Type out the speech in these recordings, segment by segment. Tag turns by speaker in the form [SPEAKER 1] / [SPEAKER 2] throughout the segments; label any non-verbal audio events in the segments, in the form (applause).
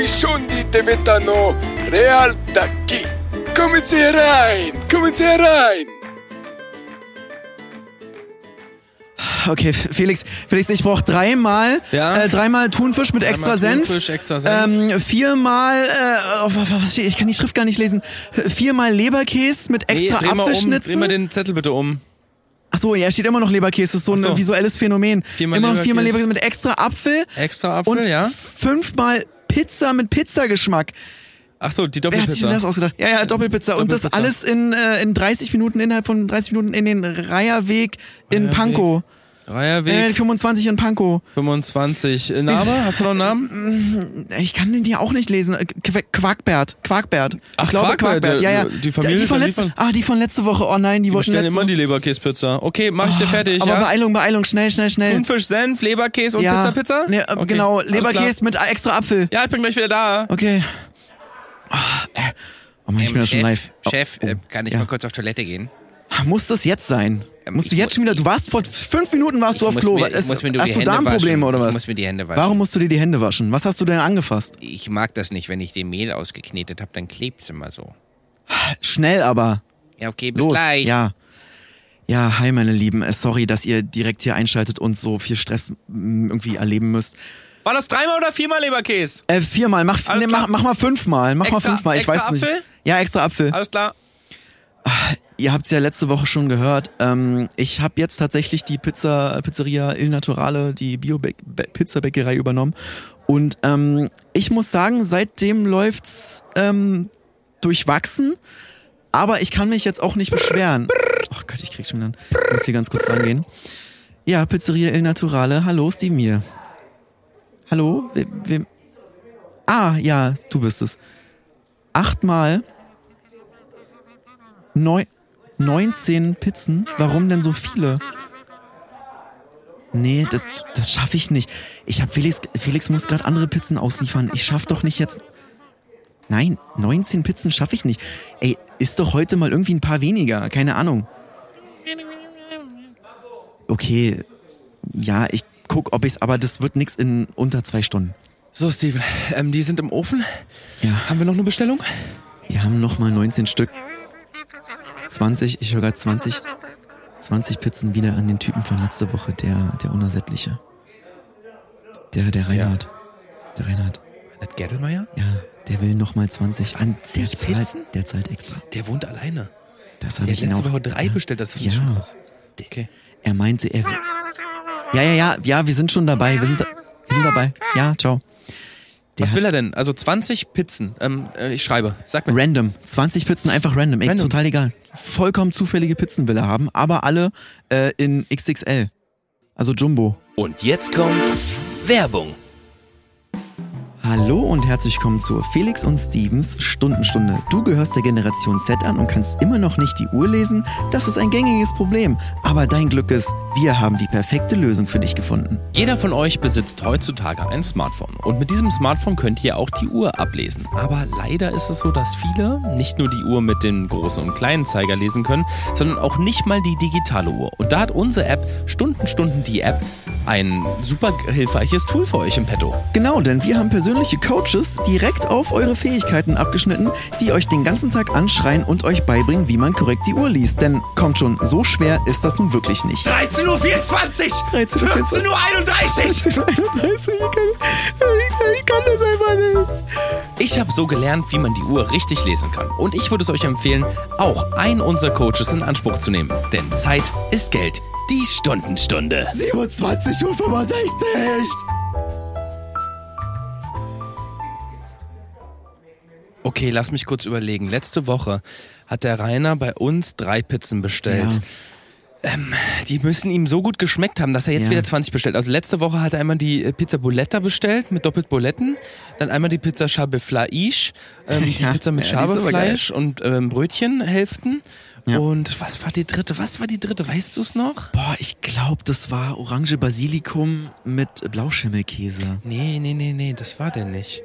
[SPEAKER 1] I sogni diventano realtà qui. Kommen Sie herein, kommen Sie herein.
[SPEAKER 2] Okay, Felix, Felix, ich brauche dreimal,
[SPEAKER 3] Ja?
[SPEAKER 2] äh, dreimal Thunfisch mit extra Senf.
[SPEAKER 3] Thunfisch, extra Senf.
[SPEAKER 2] Ähm, viermal, äh, oh, was- was steht, ich kann die Schrift gar nicht lesen. Viermal Leberkäse mit extra
[SPEAKER 3] dreh mal um, dreh
[SPEAKER 2] Apfelschnitzen.
[SPEAKER 3] mal den Zettel bitte um.
[SPEAKER 2] Ach so, ja, steht immer noch Leberkäse, das ist so ein
[SPEAKER 3] Ach so.
[SPEAKER 2] visuelles Phänomen.
[SPEAKER 3] Viermal
[SPEAKER 2] immer noch viermal Leberkäse
[SPEAKER 3] Leberkäse.
[SPEAKER 2] mit extra Apfel
[SPEAKER 3] Extra Apfel,
[SPEAKER 2] und
[SPEAKER 3] ja.
[SPEAKER 2] fünfmal Pizza mit Pizzageschmack.
[SPEAKER 3] Ach so, die
[SPEAKER 2] Wer hat sich denn
[SPEAKER 3] Doppelpizza.
[SPEAKER 2] das ausgedacht? Ja, ja, Doppelpizza. Und das
[SPEAKER 3] Doppelpizza.
[SPEAKER 2] alles in, äh, in 30 Minuten, innerhalb von 30 Minuten in den Reierweg in
[SPEAKER 3] Reierweg.
[SPEAKER 2] Pankow. Äh,
[SPEAKER 3] Reierweg
[SPEAKER 2] 25 in Pankow.
[SPEAKER 3] 25. Äh, Name? Hast du noch einen Namen?
[SPEAKER 2] Mm, Ich kann den hier auch nicht lesen. Äh, Qu- Quackbert. Quackbert.
[SPEAKER 3] Ach,
[SPEAKER 2] ich glaube
[SPEAKER 3] Quackbert,
[SPEAKER 2] Quackbert. Ja, ja.
[SPEAKER 3] die Familie
[SPEAKER 2] die von
[SPEAKER 3] von
[SPEAKER 2] letzte,
[SPEAKER 3] Liefern-
[SPEAKER 2] Ah, die von letzte Woche. Oh nein, die,
[SPEAKER 3] Wir
[SPEAKER 2] wollten
[SPEAKER 3] stellen
[SPEAKER 2] letzte
[SPEAKER 3] immer die Leberkäsepizza. Okay, mach ich dir fertig,
[SPEAKER 2] Aber
[SPEAKER 3] ja?
[SPEAKER 2] Beeilung, Beeilung. Schnell, schnell, schnell.
[SPEAKER 3] Thunfisch, Senf, Leberkäse und
[SPEAKER 2] ja.
[SPEAKER 3] Pizza, Pizza?
[SPEAKER 2] Nee, äh,
[SPEAKER 3] Okay,
[SPEAKER 2] Genau.
[SPEAKER 3] alles klar.
[SPEAKER 2] Leberkäse mit extra Apfel.
[SPEAKER 3] Ja, ich bin gleich wieder da.
[SPEAKER 2] Okay. Ah, äh. Oh Mann, ich bin ja schon live. Oh,
[SPEAKER 4] Chef,
[SPEAKER 2] oh.
[SPEAKER 4] äh, kann ich
[SPEAKER 2] ja.
[SPEAKER 4] mal kurz auf Toilette gehen?
[SPEAKER 2] Muss das jetzt sein?
[SPEAKER 4] Ähm,
[SPEAKER 2] musst du
[SPEAKER 4] ich
[SPEAKER 2] jetzt
[SPEAKER 4] mu-
[SPEAKER 2] schon wieder. Du warst vor fünf Minuten warst du
[SPEAKER 4] Ich
[SPEAKER 2] auf
[SPEAKER 4] muss
[SPEAKER 2] Klo.
[SPEAKER 4] mir-
[SPEAKER 2] Was
[SPEAKER 4] ich
[SPEAKER 2] ist-
[SPEAKER 4] muss mir nur die
[SPEAKER 2] hast du
[SPEAKER 4] Hände
[SPEAKER 2] Darmprobleme
[SPEAKER 4] waschen.
[SPEAKER 2] oder
[SPEAKER 4] Ich
[SPEAKER 2] was?
[SPEAKER 4] muss mir die Hände waschen.
[SPEAKER 2] Warum musst du dir die Hände waschen? Was hast du denn angefasst?
[SPEAKER 4] Ich mag das nicht, wenn ich den Mehl ausgeknetet habe, dann klebt's immer so.
[SPEAKER 2] Schnell aber.
[SPEAKER 4] Ja, okay, bis
[SPEAKER 2] Los.
[SPEAKER 4] gleich.
[SPEAKER 2] Ja. Ja, hi meine Lieben. Äh, Sorry, dass ihr direkt hier einschaltet und so viel Stress m, irgendwie erleben müsst.
[SPEAKER 3] War das dreimal oder viermal Leberkäse?
[SPEAKER 2] Äh, viermal, mach,
[SPEAKER 3] Alles
[SPEAKER 2] nee,
[SPEAKER 3] klar.
[SPEAKER 2] mach, mach mal fünfmal. Mach mal
[SPEAKER 3] Extra-
[SPEAKER 2] fünfmal, ich
[SPEAKER 3] extra
[SPEAKER 2] weiß nicht.
[SPEAKER 3] Apfel?
[SPEAKER 2] Ja, extra Apfel. Ah,
[SPEAKER 3] Alles klar.
[SPEAKER 2] Ihr habt es ja letzte Woche schon gehört. Ähm, ich habe jetzt tatsächlich die Pizza, Pizzeria Il Naturale, die Bio-Pizza-Bäckerei übernommen. Und ähm, ich muss sagen, seitdem läuft's ähm, durchwachsen. Aber ich kann mich jetzt auch nicht beschweren. Oh Gott, ich krieg schon wieder. Ich muss hier ganz kurz rangehen. Ja, Pizzeria Il Naturale. Hallo, Steven hier. Hallo? Wem, wem? Ah, ja, du bist es. Achtmal Neu 19 Pizzen? Warum denn so viele? Nee, das, das schaffe ich nicht. Ich hab Felix, Felix muss gerade andere Pizzen ausliefern. Ich schaff doch nicht jetzt. Nein, 19 Pizzen schaffe ich nicht. Ey, ist doch heute mal irgendwie ein paar weniger. Keine Ahnung. Okay, ja, ich guck, ob ich's, aber das wird nix in unter zwei Stunden.
[SPEAKER 3] So, Steven, ähm, die sind im Ofen.
[SPEAKER 2] Ja.
[SPEAKER 3] Haben wir noch eine Bestellung?
[SPEAKER 2] Wir haben nochmal 19 Stück. 20, ich höre gerade 20, 20 Pizzen wieder an den Typen von letzte Woche, der, der Unersättliche. Der, der Reinhard. Der Reinhard.
[SPEAKER 3] Annette Äh, Gerdelmeier?
[SPEAKER 2] Ja, der will nochmal 20. An, der,
[SPEAKER 3] 20 Pizzen?
[SPEAKER 2] zahlt, der zahlt extra.
[SPEAKER 3] Der wohnt alleine.
[SPEAKER 2] Das habe
[SPEAKER 3] Der
[SPEAKER 2] ich
[SPEAKER 3] hat
[SPEAKER 2] ihn
[SPEAKER 3] letzte
[SPEAKER 2] auch-
[SPEAKER 3] Woche drei
[SPEAKER 2] ja.
[SPEAKER 3] bestellt, das finde ich
[SPEAKER 2] Ja.
[SPEAKER 3] schon krass. genau- Okay.
[SPEAKER 2] Er meinte, er will. Ja, ja, ja, ja, wir sind schon dabei. Wir sind, da, wir sind dabei. Ja, ciao. Der
[SPEAKER 3] Was
[SPEAKER 2] hat-
[SPEAKER 3] will er denn? Also 20 Pizzen. Ähm, äh, ich schreibe. Sag mir.
[SPEAKER 2] Random. 20 Pizzen einfach random. Ey,
[SPEAKER 3] Random.
[SPEAKER 2] total egal. Vollkommen zufällige Pizzen will er haben, aber alle äh, in XXL. Also Jumbo.
[SPEAKER 5] Und jetzt kommt Werbung.
[SPEAKER 2] Hallo und herzlich willkommen zur Felix und Stevens Stundenstunde. Du gehörst der Generation Z an und kannst immer noch nicht die Uhr lesen? Das ist ein gängiges Problem. Aber dein Glück ist, wir haben die perfekte Lösung für dich gefunden.
[SPEAKER 3] Jeder von euch besitzt heutzutage ein Smartphone und mit diesem Smartphone könnt ihr auch die Uhr ablesen. Aber leider ist es so, dass viele nicht nur die Uhr mit dem großen und kleinen Zeiger lesen können, sondern auch nicht mal die digitale Uhr. Und da hat unsere App Stunden Stunden die App ein super hilfreiches Tool für euch im Petto.
[SPEAKER 2] Genau, denn wir haben persönliche Coaches direkt auf eure Fähigkeiten abgeschnitten, die euch den ganzen Tag anschreien und euch beibringen, wie man korrekt die Uhr liest. Denn kommt schon, so schwer ist das nun wirklich nicht.
[SPEAKER 6] 13.24 Uhr!
[SPEAKER 2] 13, 14,
[SPEAKER 6] 13.31 Uhr!
[SPEAKER 2] 31, ich kann, ich, ich kann das einfach nicht.
[SPEAKER 3] Ich habe so gelernt, wie man die Uhr richtig lesen kann. Und ich würde es euch empfehlen, auch einen unserer Coaches in Anspruch zu nehmen. Denn Zeit ist Geld. Die Stundenstunde.
[SPEAKER 2] 27 Uhr 65.
[SPEAKER 3] Okay, lass mich kurz überlegen. Letzte Woche hat der Rainer bei uns drei Pizzen bestellt. Ähm,
[SPEAKER 2] Ja.
[SPEAKER 3] Die müssen ihm so gut geschmeckt haben, dass er jetzt
[SPEAKER 2] Ja.
[SPEAKER 3] wieder 20 bestellt. Also letzte Woche hat er einmal die äh, Pizza Boletta bestellt mit doppelt Boletten, dann einmal die Pizza Schabelfleisch, ähm, die
[SPEAKER 2] (laughs) Ja,
[SPEAKER 3] Pizza mit
[SPEAKER 2] ja, die ist aber
[SPEAKER 3] Schabelfleisch und ähm, Brötchenhälften. Und was war die dritte? Was war die dritte? Weißt du es noch?
[SPEAKER 2] Boah, ich glaube, das war Orange Basilikum mit Blauschimmelkäse.
[SPEAKER 3] Nee, nee, nee, nee, das war der nicht.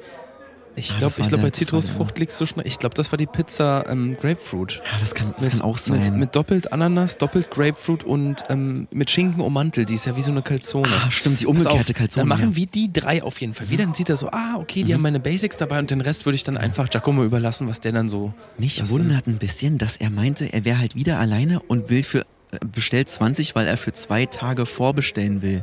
[SPEAKER 3] Ich
[SPEAKER 2] Ah,
[SPEAKER 3] glaube,
[SPEAKER 2] das war
[SPEAKER 3] ich glaub,
[SPEAKER 2] der-
[SPEAKER 3] bei
[SPEAKER 2] das war
[SPEAKER 3] Zitrusfrucht liegst du schnell. Ich glaube, das war die Pizza ähm, Grapefruit.
[SPEAKER 2] Ja, das kann, das
[SPEAKER 3] Mit-
[SPEAKER 2] kann auch sein.
[SPEAKER 3] Mit, mit doppelt Ananas, doppelt Grapefruit und ähm, mit Schinken ummantelt. Die ist ja wie so eine Calzone.
[SPEAKER 2] ah, stimmt, die
[SPEAKER 3] Pass auf,
[SPEAKER 2] umgekehrte Kalzone.
[SPEAKER 3] Dann machen
[SPEAKER 2] ja. Mhm.
[SPEAKER 3] wir die drei auf jeden Fall. Wie dann sieht er so, ah, okay, die haben meine Basics dabei und den Rest würde ich dann einfach Giacomo überlassen, was der dann so.
[SPEAKER 2] Mich
[SPEAKER 3] das
[SPEAKER 2] wundert ein bisschen, dass er meinte, er wäre halt wieder alleine und will für äh, bestellt 20, weil er für zwei Tage vorbestellen will.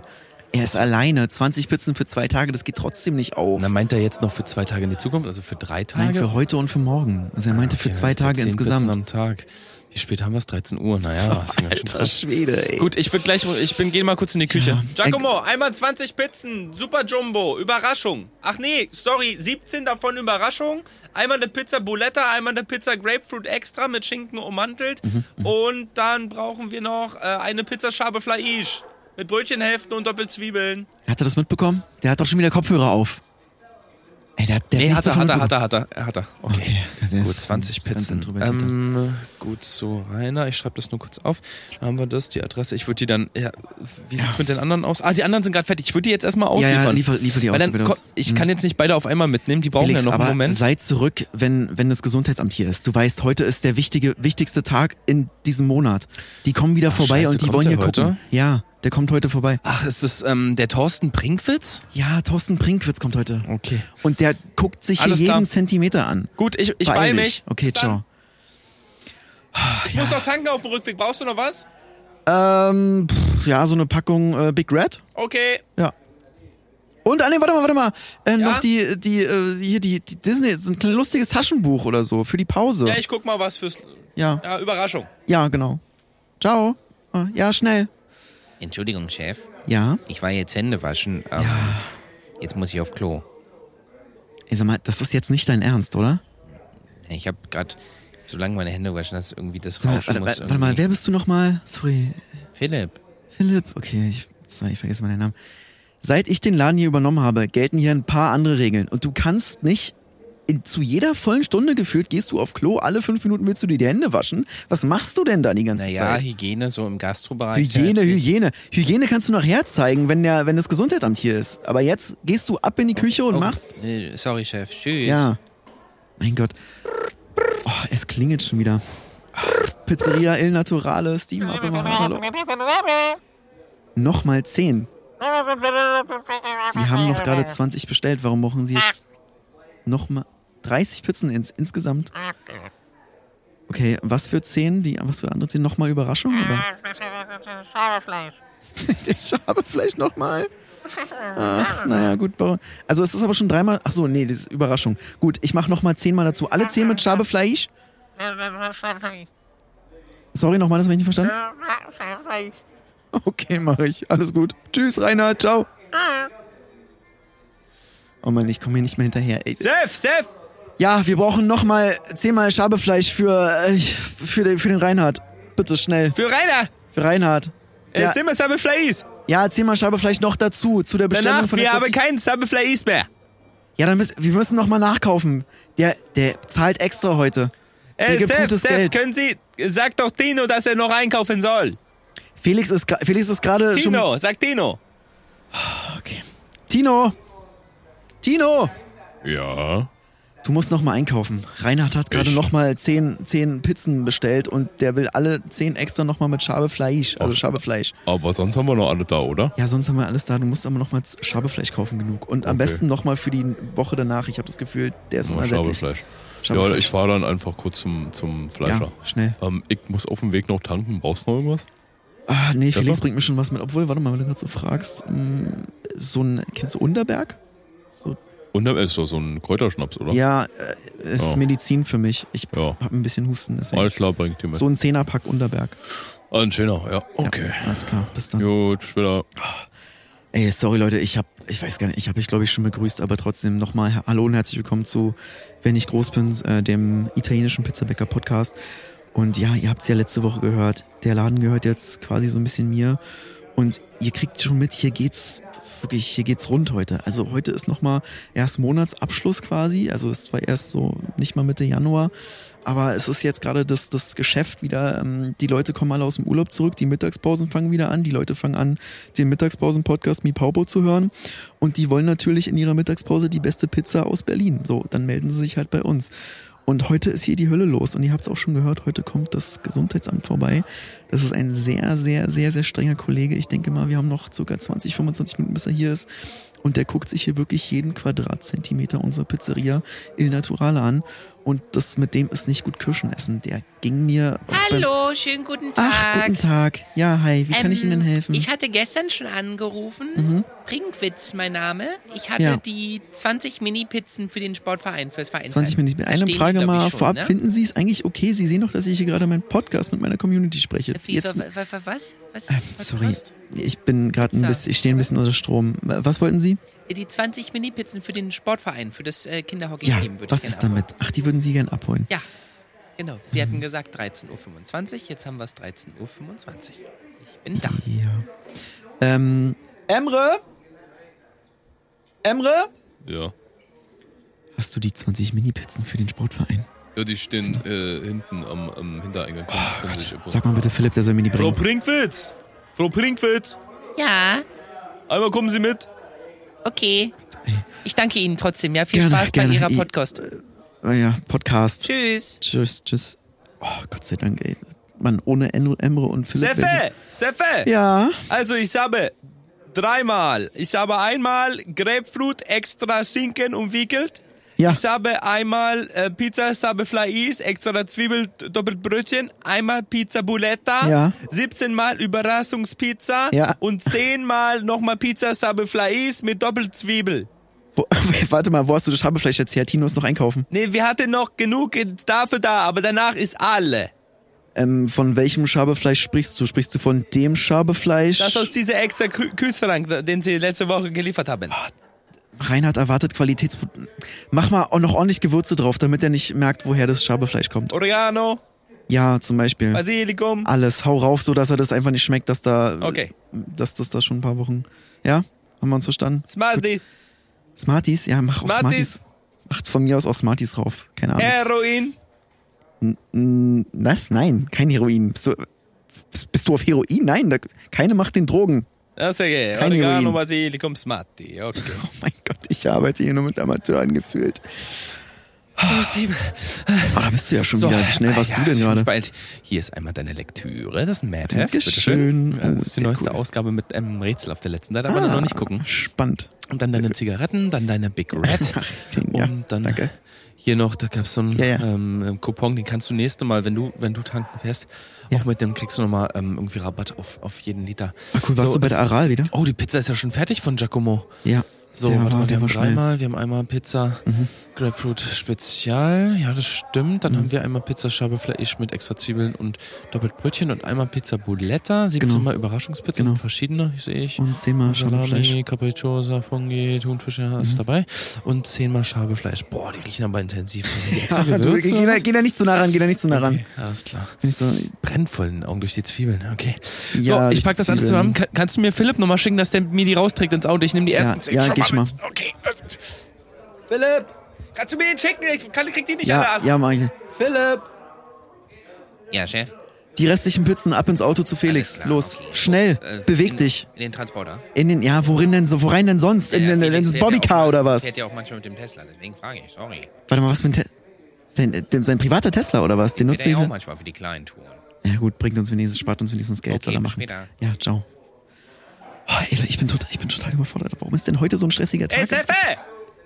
[SPEAKER 2] Er ist
[SPEAKER 3] Also
[SPEAKER 2] alleine, 20 Pizzen für zwei Tage, das geht trotzdem nicht auf.
[SPEAKER 3] Und dann meint er jetzt noch für zwei Tage in die Zukunft, also für drei Tage. Ah,
[SPEAKER 2] Nein, für heute und für morgen. Also er meinte für
[SPEAKER 3] Okay,
[SPEAKER 2] zwei
[SPEAKER 3] heißt ja
[SPEAKER 2] Tage
[SPEAKER 3] zehn Pizzen
[SPEAKER 2] insgesamt.
[SPEAKER 3] am Tag. Wie spät haben wir es? 13 Uhr. Naja,
[SPEAKER 2] (laughs)
[SPEAKER 3] ist ja ganz schön
[SPEAKER 2] Alter
[SPEAKER 3] krass.
[SPEAKER 2] Schwede, ey.
[SPEAKER 3] Gut, ich bin gleich, ich bin, geh mal kurz in die Küche.
[SPEAKER 4] Giacomo, einmal 20 Pizzen, Super Jumbo, Überraschung. Ach nee, sorry, 17 davon Überraschung. Einmal eine Pizza Buletta, einmal eine Pizza Grapefruit Extra mit Schinken ummantelt.
[SPEAKER 3] Mhm.
[SPEAKER 4] Und dann brauchen wir noch äh, eine Pizza Schabe Flaisch mit Brötchenhälften und Doppelzwiebeln.
[SPEAKER 2] Hat er das mitbekommen? Der hat doch schon wieder Kopfhörer auf. Ey, der, der
[SPEAKER 3] Nee, hat er, hat er, hat
[SPEAKER 2] er.
[SPEAKER 3] er, hat er, hat er. Okay.
[SPEAKER 2] Okay, das ist
[SPEAKER 3] Gut, 20
[SPEAKER 2] ganz
[SPEAKER 3] Pizzen.
[SPEAKER 2] introvertierter.
[SPEAKER 3] Ähm, gut, so Rainer, ich schreibe das nur kurz auf. Dann haben wir das, die Adresse. Ich würde die dann. Ja, wie sieht's mit den anderen aus? Ah, die anderen sind gerade fertig. Ich würde die jetzt erstmal
[SPEAKER 2] ja,
[SPEAKER 3] ausliefern.
[SPEAKER 2] ja, liefer, liefer die aus.
[SPEAKER 3] Weil dann,
[SPEAKER 2] liefer die
[SPEAKER 3] ko-
[SPEAKER 2] aus.
[SPEAKER 3] ich
[SPEAKER 2] Hm.
[SPEAKER 3] kann jetzt nicht beide auf einmal mitnehmen, die brauchen
[SPEAKER 2] Felix,
[SPEAKER 3] ja noch
[SPEAKER 2] aber
[SPEAKER 3] einen Moment.
[SPEAKER 2] sei zurück, wenn, wenn das Gesundheitsamt hier ist. Du weißt, heute ist der wichtige, wichtigste Tag in diesem Monat. Die kommen wieder vorbei
[SPEAKER 3] scheiße,
[SPEAKER 2] und die
[SPEAKER 3] kommt
[SPEAKER 2] wollen
[SPEAKER 3] der
[SPEAKER 2] hier gucken.
[SPEAKER 3] heute?
[SPEAKER 2] Ja, der kommt heute vorbei.
[SPEAKER 3] Ach, ist das ähm, der Thorsten Brinkwitz?
[SPEAKER 2] Ja, Thorsten Brinkwitz kommt heute.
[SPEAKER 3] Okay.
[SPEAKER 2] Und der guckt sich
[SPEAKER 3] Oh. Alles
[SPEAKER 2] hier jeden
[SPEAKER 3] klar.
[SPEAKER 2] Zentimeter an.
[SPEAKER 3] Gut, ich, ich beeil mich.
[SPEAKER 2] Okay,
[SPEAKER 4] Bis
[SPEAKER 2] ciao.
[SPEAKER 4] Ich muss noch tanken auf dem Rückweg. Brauchst du noch was?
[SPEAKER 2] Ähm, pff, ja, so eine Packung äh, Big Red.
[SPEAKER 4] Okay.
[SPEAKER 2] Und, ah, nee, warte mal, warte mal.
[SPEAKER 4] Ja?
[SPEAKER 2] Äh, Noch die, die, äh, hier, die, die Disney, so ein lustiges Taschenbuch oder so für die Pause.
[SPEAKER 4] Ja, ich guck mal was fürs.
[SPEAKER 2] ja,
[SPEAKER 4] Ja, Überraschung.
[SPEAKER 2] ja, genau. Ciao. Ah, Ja, schnell.
[SPEAKER 4] Entschuldigung, Chef.
[SPEAKER 2] Ja.
[SPEAKER 4] Ich war jetzt Hände waschen. aber Jetzt muss ich auf Klo.
[SPEAKER 2] Ey, sag mal, das ist jetzt nicht dein Ernst, oder?
[SPEAKER 4] Ich habe gerade so lange meine Hände gewaschen, dass irgendwie das
[SPEAKER 2] Sag mal,
[SPEAKER 4] Rauschen
[SPEAKER 2] warte,
[SPEAKER 4] muss.
[SPEAKER 2] warte, warte mal,
[SPEAKER 4] irgendwie-
[SPEAKER 2] wer bist du nochmal? Sorry,
[SPEAKER 4] Philipp.
[SPEAKER 2] Philipp. Okay, ich, sorry, ich vergesse meinen Namen. Seit ich den Laden hier übernommen habe, gelten hier ein paar andere Regeln. Und du kannst nicht, in, zu jeder vollen Stunde gefühlt, gehst du auf Klo, alle fünf Minuten willst du dir die Hände waschen. Was machst du denn da die ganze
[SPEAKER 4] Naja,
[SPEAKER 2] Zeit?
[SPEAKER 4] Hygiene so im Gastrobereich. ist ja
[SPEAKER 2] Hygiene,
[SPEAKER 4] jetzt nicht-
[SPEAKER 2] Hygiene. Hygiene kannst du nachher zeigen, wenn, der, wenn das Gesundheitsamt hier ist. Aber jetzt gehst du ab in die Küche und
[SPEAKER 4] Oh,
[SPEAKER 2] machst
[SPEAKER 4] äh, Sorry, Chef. Tschüss.
[SPEAKER 2] Ja. Mein Gott. Oh, es klingelt schon wieder. Pizzeria Il Naturale, Steam Up immer. Hallo. Nochmal 10. Sie haben noch gerade 20 bestellt. Warum brauchen Sie jetzt nochmal 30 Pizzen ins, insgesamt? Okay, was für 10? Die, was für andere 10? Nochmal Überraschung? Oder?
[SPEAKER 7] Schauerfleisch.
[SPEAKER 2] (laughs) Ich habe vielleicht nochmal. Ach, naja, gut. warum- Also es ist aber schon dreimal. Ach so, nee, das ist Überraschung. Gut, ich mache nochmal 10 mal dazu. Alle 10 mit Schabe Fleisch. Sorry nochmal, das habe ich nicht verstanden.
[SPEAKER 7] Schauerfleisch.
[SPEAKER 2] (laughs) Okay, mache ich. Alles gut. Tschüss, Reinhard. Ciao. Oh Mann, ich komme hier nicht mehr hinterher. Ey.
[SPEAKER 4] Chef, Chef!
[SPEAKER 2] Ja, wir brauchen nochmal zehnmal Schabefleisch für, äh, für, den, für den Reinhard. Bitte schnell.
[SPEAKER 4] Für Rainer! äh,
[SPEAKER 2] Für Reinhard.
[SPEAKER 4] Ja.
[SPEAKER 2] Ja,
[SPEAKER 4] Es immer Sable Fleisch.
[SPEAKER 2] ja zehnmal Schabefleisch noch dazu, zu der Bestellung
[SPEAKER 4] Danach,
[SPEAKER 2] von der
[SPEAKER 4] wir haben
[SPEAKER 2] Zeit-
[SPEAKER 4] keinen Sable Fleisch mehr.
[SPEAKER 2] Ja, dann müssen, wir müssen nochmal nachkaufen. Der, der zahlt extra heute. Der
[SPEAKER 4] Äh,
[SPEAKER 2] gibt
[SPEAKER 4] Chef,
[SPEAKER 2] gutes
[SPEAKER 4] Chef,
[SPEAKER 2] Geld.
[SPEAKER 4] können Sie, sag doch Dino, dass er noch einkaufen soll.
[SPEAKER 2] Felix ist, gra- Felix ist gerade schon...
[SPEAKER 4] Dino, sag Dino.
[SPEAKER 2] Okay. Tino! Tino!
[SPEAKER 3] Ja.
[SPEAKER 2] Du musst noch mal einkaufen. Reinhard hat gerade
[SPEAKER 3] Ich-
[SPEAKER 2] noch mal zehn, zehn Pizzen bestellt und der will alle zehn extra noch mal mit Schabefleisch,
[SPEAKER 3] Oh.
[SPEAKER 2] also Schabefleisch.
[SPEAKER 3] Aber sonst haben wir noch alle da, oder?
[SPEAKER 2] Ja, sonst haben wir alles da. Du musst aber noch mal Z- Schabefleisch kaufen genug und am
[SPEAKER 3] Okay.
[SPEAKER 2] besten noch mal für die Woche danach. Ich habe das Gefühl, der ist unersättlich.
[SPEAKER 3] Ja, ich fahre dann einfach kurz zum, zum
[SPEAKER 2] Ja, schnell.
[SPEAKER 3] Ähm, ich muss auf dem Weg noch tanken. Brauchst du noch irgendwas?
[SPEAKER 2] Ah, nee, Felix
[SPEAKER 3] Stefan?
[SPEAKER 2] bringt mir schon was mit. Obwohl, warte mal, wenn du gerade so fragst, mm, so ein, kennst du Unterberg?
[SPEAKER 3] Und dann ist doch so ein Kräuterschnaps, oder?
[SPEAKER 2] Ja, äh, ist
[SPEAKER 3] Oh.
[SPEAKER 2] Medizin für mich. Ich
[SPEAKER 3] Ja.
[SPEAKER 2] habe ein bisschen Husten, deswegen.
[SPEAKER 3] Alles klar, bring ich dir mit.
[SPEAKER 2] So ein Zehnerpack Unterberg.
[SPEAKER 3] Ah, ein schöner, ja.
[SPEAKER 2] Ja,
[SPEAKER 3] Okay.
[SPEAKER 2] alles klar, bis dann.
[SPEAKER 3] Gut, später.
[SPEAKER 2] Ey, sorry Leute, ich hab, ich weiß gar nicht, ich habe mich glaube ich schon begrüßt, aber trotzdem nochmal Hallo und herzlich willkommen zu Wenn ich groß bin, äh, dem italienischen Pizzabäcker Podcast. Und ja, ihr habt es ja letzte Woche gehört. Der Laden gehört jetzt quasi so ein bisschen mir. Und ihr kriegt schon mit, hier geht's wirklich, hier geht's rund heute. Also heute ist nochmal erst Monatsabschluss quasi. Also es war erst so nicht mal Mitte Januar. Aber es ist jetzt gerade das, das Geschäft wieder. Ähm, die Leute kommen alle aus dem Urlaub zurück, die Mittagspausen fangen wieder an. Die Leute fangen an, den Mittagspausen-Podcast Mi Paupo zu hören. Und die wollen natürlich in ihrer Mittagspause die beste Pizza aus Berlin. So, dann melden sie sich halt bei uns. Und heute ist hier die Hölle los. Und ihr habt es auch schon gehört, heute kommt das Gesundheitsamt vorbei. Das ist ein sehr, sehr, sehr, sehr strenger Kollege. Ich denke mal, wir haben noch circa 20, 25 Minuten, bis er hier ist. Und der guckt sich hier wirklich jeden Quadratzentimeter unserer Pizzeria Il Naturale an. Und das mit dem ist nicht gut Kirschen essen. Der ging mir. Beim
[SPEAKER 8] Hallo, schönen guten Tag.
[SPEAKER 2] Ach, guten Tag. Ja, hi. Wie kann ich
[SPEAKER 8] Ähm,
[SPEAKER 2] Ihnen helfen? Mhm.
[SPEAKER 8] Ich hatte gestern schon angerufen. Ringwitz, mein Name. Ich hatte
[SPEAKER 2] Ja.
[SPEAKER 8] die 20 Mini-Pizzen für den Sportverein, fürs Verein.
[SPEAKER 2] 20 Minuten. Mit einer Frage mal vorab.
[SPEAKER 8] Ne?
[SPEAKER 2] Finden Sie es eigentlich okay? Sie sehen doch, dass ich hier gerade meinen Podcast mit meiner Community spreche.
[SPEAKER 8] Wie, wa- wa- wa- was? was?
[SPEAKER 2] Äh,
[SPEAKER 8] was
[SPEAKER 2] sorry,
[SPEAKER 8] kostet?
[SPEAKER 2] ich bin gerade ein
[SPEAKER 8] Pizza.
[SPEAKER 2] bisschen, ich stehe ein bisschen unter Strom. Was wollten Sie?
[SPEAKER 8] Die 20 Mini-Pizzen für den Sportverein, für das äh, Kinderhockey
[SPEAKER 2] Ja,
[SPEAKER 8] geben würde
[SPEAKER 2] was
[SPEAKER 8] ich gerne
[SPEAKER 2] ist damit? Ach, die würden Sie gern abholen.
[SPEAKER 8] Ja, genau. Sie hatten gesagt 13.25 Uhr, jetzt haben wir es 13.25 Uhr. Ich bin da.
[SPEAKER 2] Ja. Ähm, Emre? Emre?
[SPEAKER 9] Ja.
[SPEAKER 2] Hast du die 20 Mini-Pizzen für den Sportverein?
[SPEAKER 9] Ja, die stehen äh, hinten am, am Hintereingang. Oh
[SPEAKER 2] Sag mal bitte Philipp, der soll mir die
[SPEAKER 4] Frau
[SPEAKER 2] bringen.
[SPEAKER 4] Prinkwitz! Frau Prinkwitz!
[SPEAKER 8] Ja,
[SPEAKER 4] Einmal kommen Sie mit!
[SPEAKER 8] okay. Ich danke Ihnen trotzdem. Ja, viel
[SPEAKER 2] Gerne,
[SPEAKER 8] Spaß bei
[SPEAKER 2] gerne.
[SPEAKER 8] Ihrer
[SPEAKER 2] Ich-
[SPEAKER 8] Podcast.
[SPEAKER 2] Ah ja, Podcast.
[SPEAKER 8] Tschüss.
[SPEAKER 2] Tschüss, tschüss. Oh, Gott sei Dank, ey. Mann, ohne En- Emre und Philipp. wär
[SPEAKER 4] Seffe! Seffe!
[SPEAKER 2] die- Ja.
[SPEAKER 4] Also ich habe dreimal. Ich habe einmal Grapefruit extra Schinken umwickelt.
[SPEAKER 2] Ja.
[SPEAKER 4] Ich habe einmal äh, Pizza Sabe Flais, extra Zwiebel, doppelt Brötchen, einmal Pizza Buletta,
[SPEAKER 2] Ja.
[SPEAKER 4] 17 Mal Überraschungspizza
[SPEAKER 2] Ja.
[SPEAKER 4] und 10 Mal nochmal Pizza Sabe Flais mit doppelt Zwiebel.
[SPEAKER 2] Wo, (laughs) warte mal, wo hast du das Schabefleisch jetzt her? Tino ist noch einkaufen.
[SPEAKER 4] Nee, wir hatten noch genug dafür da, aber danach ist alle.
[SPEAKER 2] Ähm, von welchem Schabefleisch sprichst du? Sprichst du von dem Schabefleisch?
[SPEAKER 4] Das aus dieser extra Kü- Kühlschrank, den sie letzte Woche geliefert haben.
[SPEAKER 2] Ah, Reinhard erwartet Qualitätsprodukte. Mach mal auch noch ordentlich Gewürze drauf, damit er nicht merkt, woher das Schabefleisch kommt.
[SPEAKER 4] Oregano,
[SPEAKER 2] Ja, zum Beispiel.
[SPEAKER 4] Also- Basilikum.
[SPEAKER 2] Alles. Hau rauf, so dass er das einfach nicht schmeckt, dass da.
[SPEAKER 4] Okay.
[SPEAKER 2] Dass das da schon ein paar Wochen. Ja? Haben wir uns verstanden?
[SPEAKER 4] Smarty,
[SPEAKER 2] Smarties? Ja, mach auch Smarties.
[SPEAKER 4] Smarties.
[SPEAKER 2] Macht von mir aus auch Smarties rauf. Keine Ahnung.
[SPEAKER 4] Heroin.
[SPEAKER 2] Was? Nein, kein Heroin. Bist du, bist du auf Heroin? Nein, da, keine macht den Drogen. (laughs)
[SPEAKER 4] Das ist okay.
[SPEAKER 2] Kein
[SPEAKER 4] Oregano,
[SPEAKER 2] Heroin.
[SPEAKER 4] Basilikum, Smarty. Okay.
[SPEAKER 2] (laughs) Oh mein Gott, ich arbeite hier nur mit Amateuren gefühlt. So, oh, da bist du Ah, ja schon wieder. Wie schnell warst
[SPEAKER 3] ah,
[SPEAKER 2] du
[SPEAKER 3] ja,
[SPEAKER 2] denn
[SPEAKER 3] ich bin
[SPEAKER 2] gerade?
[SPEAKER 3] Bald. Hier ist einmal deine Lektüre, das ist ein Madheft.
[SPEAKER 2] Dankeschön.
[SPEAKER 3] bitteschön.
[SPEAKER 2] Oh,
[SPEAKER 3] Äh, Das ist die
[SPEAKER 2] sehr
[SPEAKER 3] neueste
[SPEAKER 2] cool. Ah.
[SPEAKER 3] Ausgabe mit einem Rätsel auf der letzten. Da darf man noch nicht gucken.
[SPEAKER 2] Spannend.
[SPEAKER 3] Und dann deine Zigaretten, dann deine Big Red.
[SPEAKER 2] Äh, (laughs) Ach, den, ja,
[SPEAKER 3] und dann
[SPEAKER 2] danke.
[SPEAKER 3] hier noch, da gab es so einen
[SPEAKER 2] Ja, ja.
[SPEAKER 3] Ähm, Coupon, den kannst du nächste Mal, wenn du, wenn du tanken fährst, auch mit dem kriegst du nochmal ähm, irgendwie Rabatt auf, auf jeden Liter.
[SPEAKER 2] Ah, cool, warst
[SPEAKER 3] So,
[SPEAKER 2] du bei
[SPEAKER 3] es-
[SPEAKER 2] der Aral wieder?
[SPEAKER 3] Oh, die Pizza ist ja schon fertig von Giacomo.
[SPEAKER 2] Ja.
[SPEAKER 3] So,
[SPEAKER 2] der
[SPEAKER 3] warte
[SPEAKER 2] war,
[SPEAKER 3] mal, wir
[SPEAKER 2] der
[SPEAKER 3] haben
[SPEAKER 2] war schnell. Mhm.
[SPEAKER 3] dreimal, wir haben einmal Pizza Grapefruit Spezial, ja das stimmt, dann haben wir einmal Pizza Schabelfleisch mit extra Zwiebeln und doppelt Brötchen und einmal Pizza Buletta, 17
[SPEAKER 2] Genau.
[SPEAKER 3] mal Überraschungspizza,
[SPEAKER 2] Genau.
[SPEAKER 3] verschiedene, sehe ich.
[SPEAKER 2] Und zehnmal Mhm. Schabefleisch.
[SPEAKER 3] Salami, Capricciosa, Fungi, Thunfische, hast du dabei. Und zehnmal Schabefleisch. Boah, die riechen aber
[SPEAKER 2] (laughs)
[SPEAKER 3] intensiv. Sind die extra
[SPEAKER 2] Ah, du,
[SPEAKER 3] gewürzt
[SPEAKER 2] geh,
[SPEAKER 3] oder
[SPEAKER 2] geh, da- geh da nicht zu nah ran, geh da nicht zu nah
[SPEAKER 3] was?
[SPEAKER 2] ran.
[SPEAKER 3] Okay, alles klar.
[SPEAKER 2] Bin ich so,
[SPEAKER 3] Brennt voll in den Augen durch die Zwiebeln, okay.
[SPEAKER 2] Ja,
[SPEAKER 3] so,
[SPEAKER 2] durch
[SPEAKER 3] ich pack
[SPEAKER 2] die
[SPEAKER 3] das alles
[SPEAKER 2] Zwiebeln.
[SPEAKER 3] zusammen. Kann, kannst du mir Philipp nochmal schicken, dass der mir die rausträgt ins Auto? Ich nehme die
[SPEAKER 2] ja,
[SPEAKER 3] ersten
[SPEAKER 2] ja, geh schon mal.
[SPEAKER 6] Okay, also,
[SPEAKER 4] Philipp, kannst du mir den schicken? Ich kann, krieg die nicht alle
[SPEAKER 2] Ja,
[SPEAKER 4] an.
[SPEAKER 2] ja, mach ich.
[SPEAKER 4] Philipp.
[SPEAKER 8] Ja, Chef.
[SPEAKER 2] Die restlichen Pizzen ab ins Auto zu
[SPEAKER 8] Alles
[SPEAKER 2] Felix.
[SPEAKER 8] klar,
[SPEAKER 2] Los,
[SPEAKER 8] okay.
[SPEAKER 2] schnell,
[SPEAKER 8] Äh,
[SPEAKER 2] beweg
[SPEAKER 8] in,
[SPEAKER 2] dich.
[SPEAKER 8] In den Transporter.
[SPEAKER 2] In den, ja, worin denn so, worein denn sonst? In
[SPEAKER 8] Ja,
[SPEAKER 2] den,
[SPEAKER 8] Felix
[SPEAKER 2] in den
[SPEAKER 8] fährt ja
[SPEAKER 2] Bobbycar
[SPEAKER 8] auch-
[SPEAKER 2] oder was?
[SPEAKER 8] Fährt ja auch manchmal mit dem Tesla, deswegen frage ich, sorry.
[SPEAKER 2] Warte mal, was für ein Te sein, äh, dem- sein privater Tesla oder was? Den
[SPEAKER 8] Fährt
[SPEAKER 2] nutzt
[SPEAKER 8] ja auch
[SPEAKER 2] ihr?
[SPEAKER 8] manchmal für die kleinen Touren.
[SPEAKER 2] Ja gut, bringt uns wenigstens, spart uns wenigstens Geld,
[SPEAKER 8] Okay,
[SPEAKER 2] soll er
[SPEAKER 8] bis
[SPEAKER 2] machen.
[SPEAKER 8] später.
[SPEAKER 2] Ja, ciao. Oh, ey, ich bin total, ich bin total überfordert. Warum ist denn heute so ein stressiger Tag?
[SPEAKER 4] Hey, Seffe,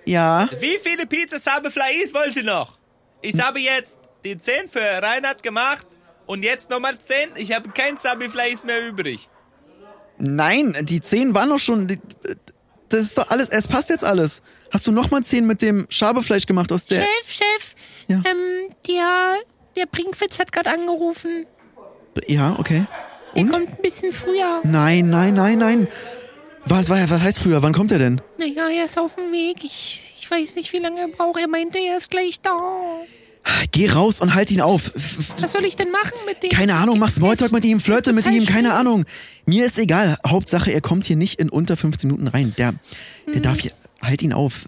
[SPEAKER 2] ja.
[SPEAKER 4] wie viele Pizzas habe Flais wollt ihr noch? Ich habe jetzt die 10 für Reinhard gemacht und jetzt nochmal 10. Ich habe kein Sabi Flais mehr übrig.
[SPEAKER 2] Nein, die 10 waren noch schon. die- Das ist doch alles. Es passt jetzt alles. Hast du nochmal 10 mit dem Schabefleisch gemacht aus der.
[SPEAKER 8] Chef, Chef,
[SPEAKER 2] Ja.
[SPEAKER 8] ähm, der, der Brinkwitz hat gerade angerufen.
[SPEAKER 2] Ja, okay.
[SPEAKER 8] Der
[SPEAKER 2] Und?
[SPEAKER 8] kommt ein bisschen früher.
[SPEAKER 2] Nein, nein, nein, nein. Was, was was heißt früher? Wann kommt er denn?
[SPEAKER 8] Naja, er ist auf dem Weg. Ich, ich weiß nicht, wie lange er braucht. Er meinte, er ist gleich da.
[SPEAKER 2] Geh raus und halt ihn auf.
[SPEAKER 10] Was soll ich denn machen mit dem?
[SPEAKER 2] Keine Ahnung, mach Smalltalk mit ihm, flirte mit ihm, keine Ahnung. Mir ist egal. Hauptsache, er kommt hier nicht in unter 15 Minuten rein. Der,
[SPEAKER 10] Mhm.
[SPEAKER 2] der darf hier. Halt ihn auf.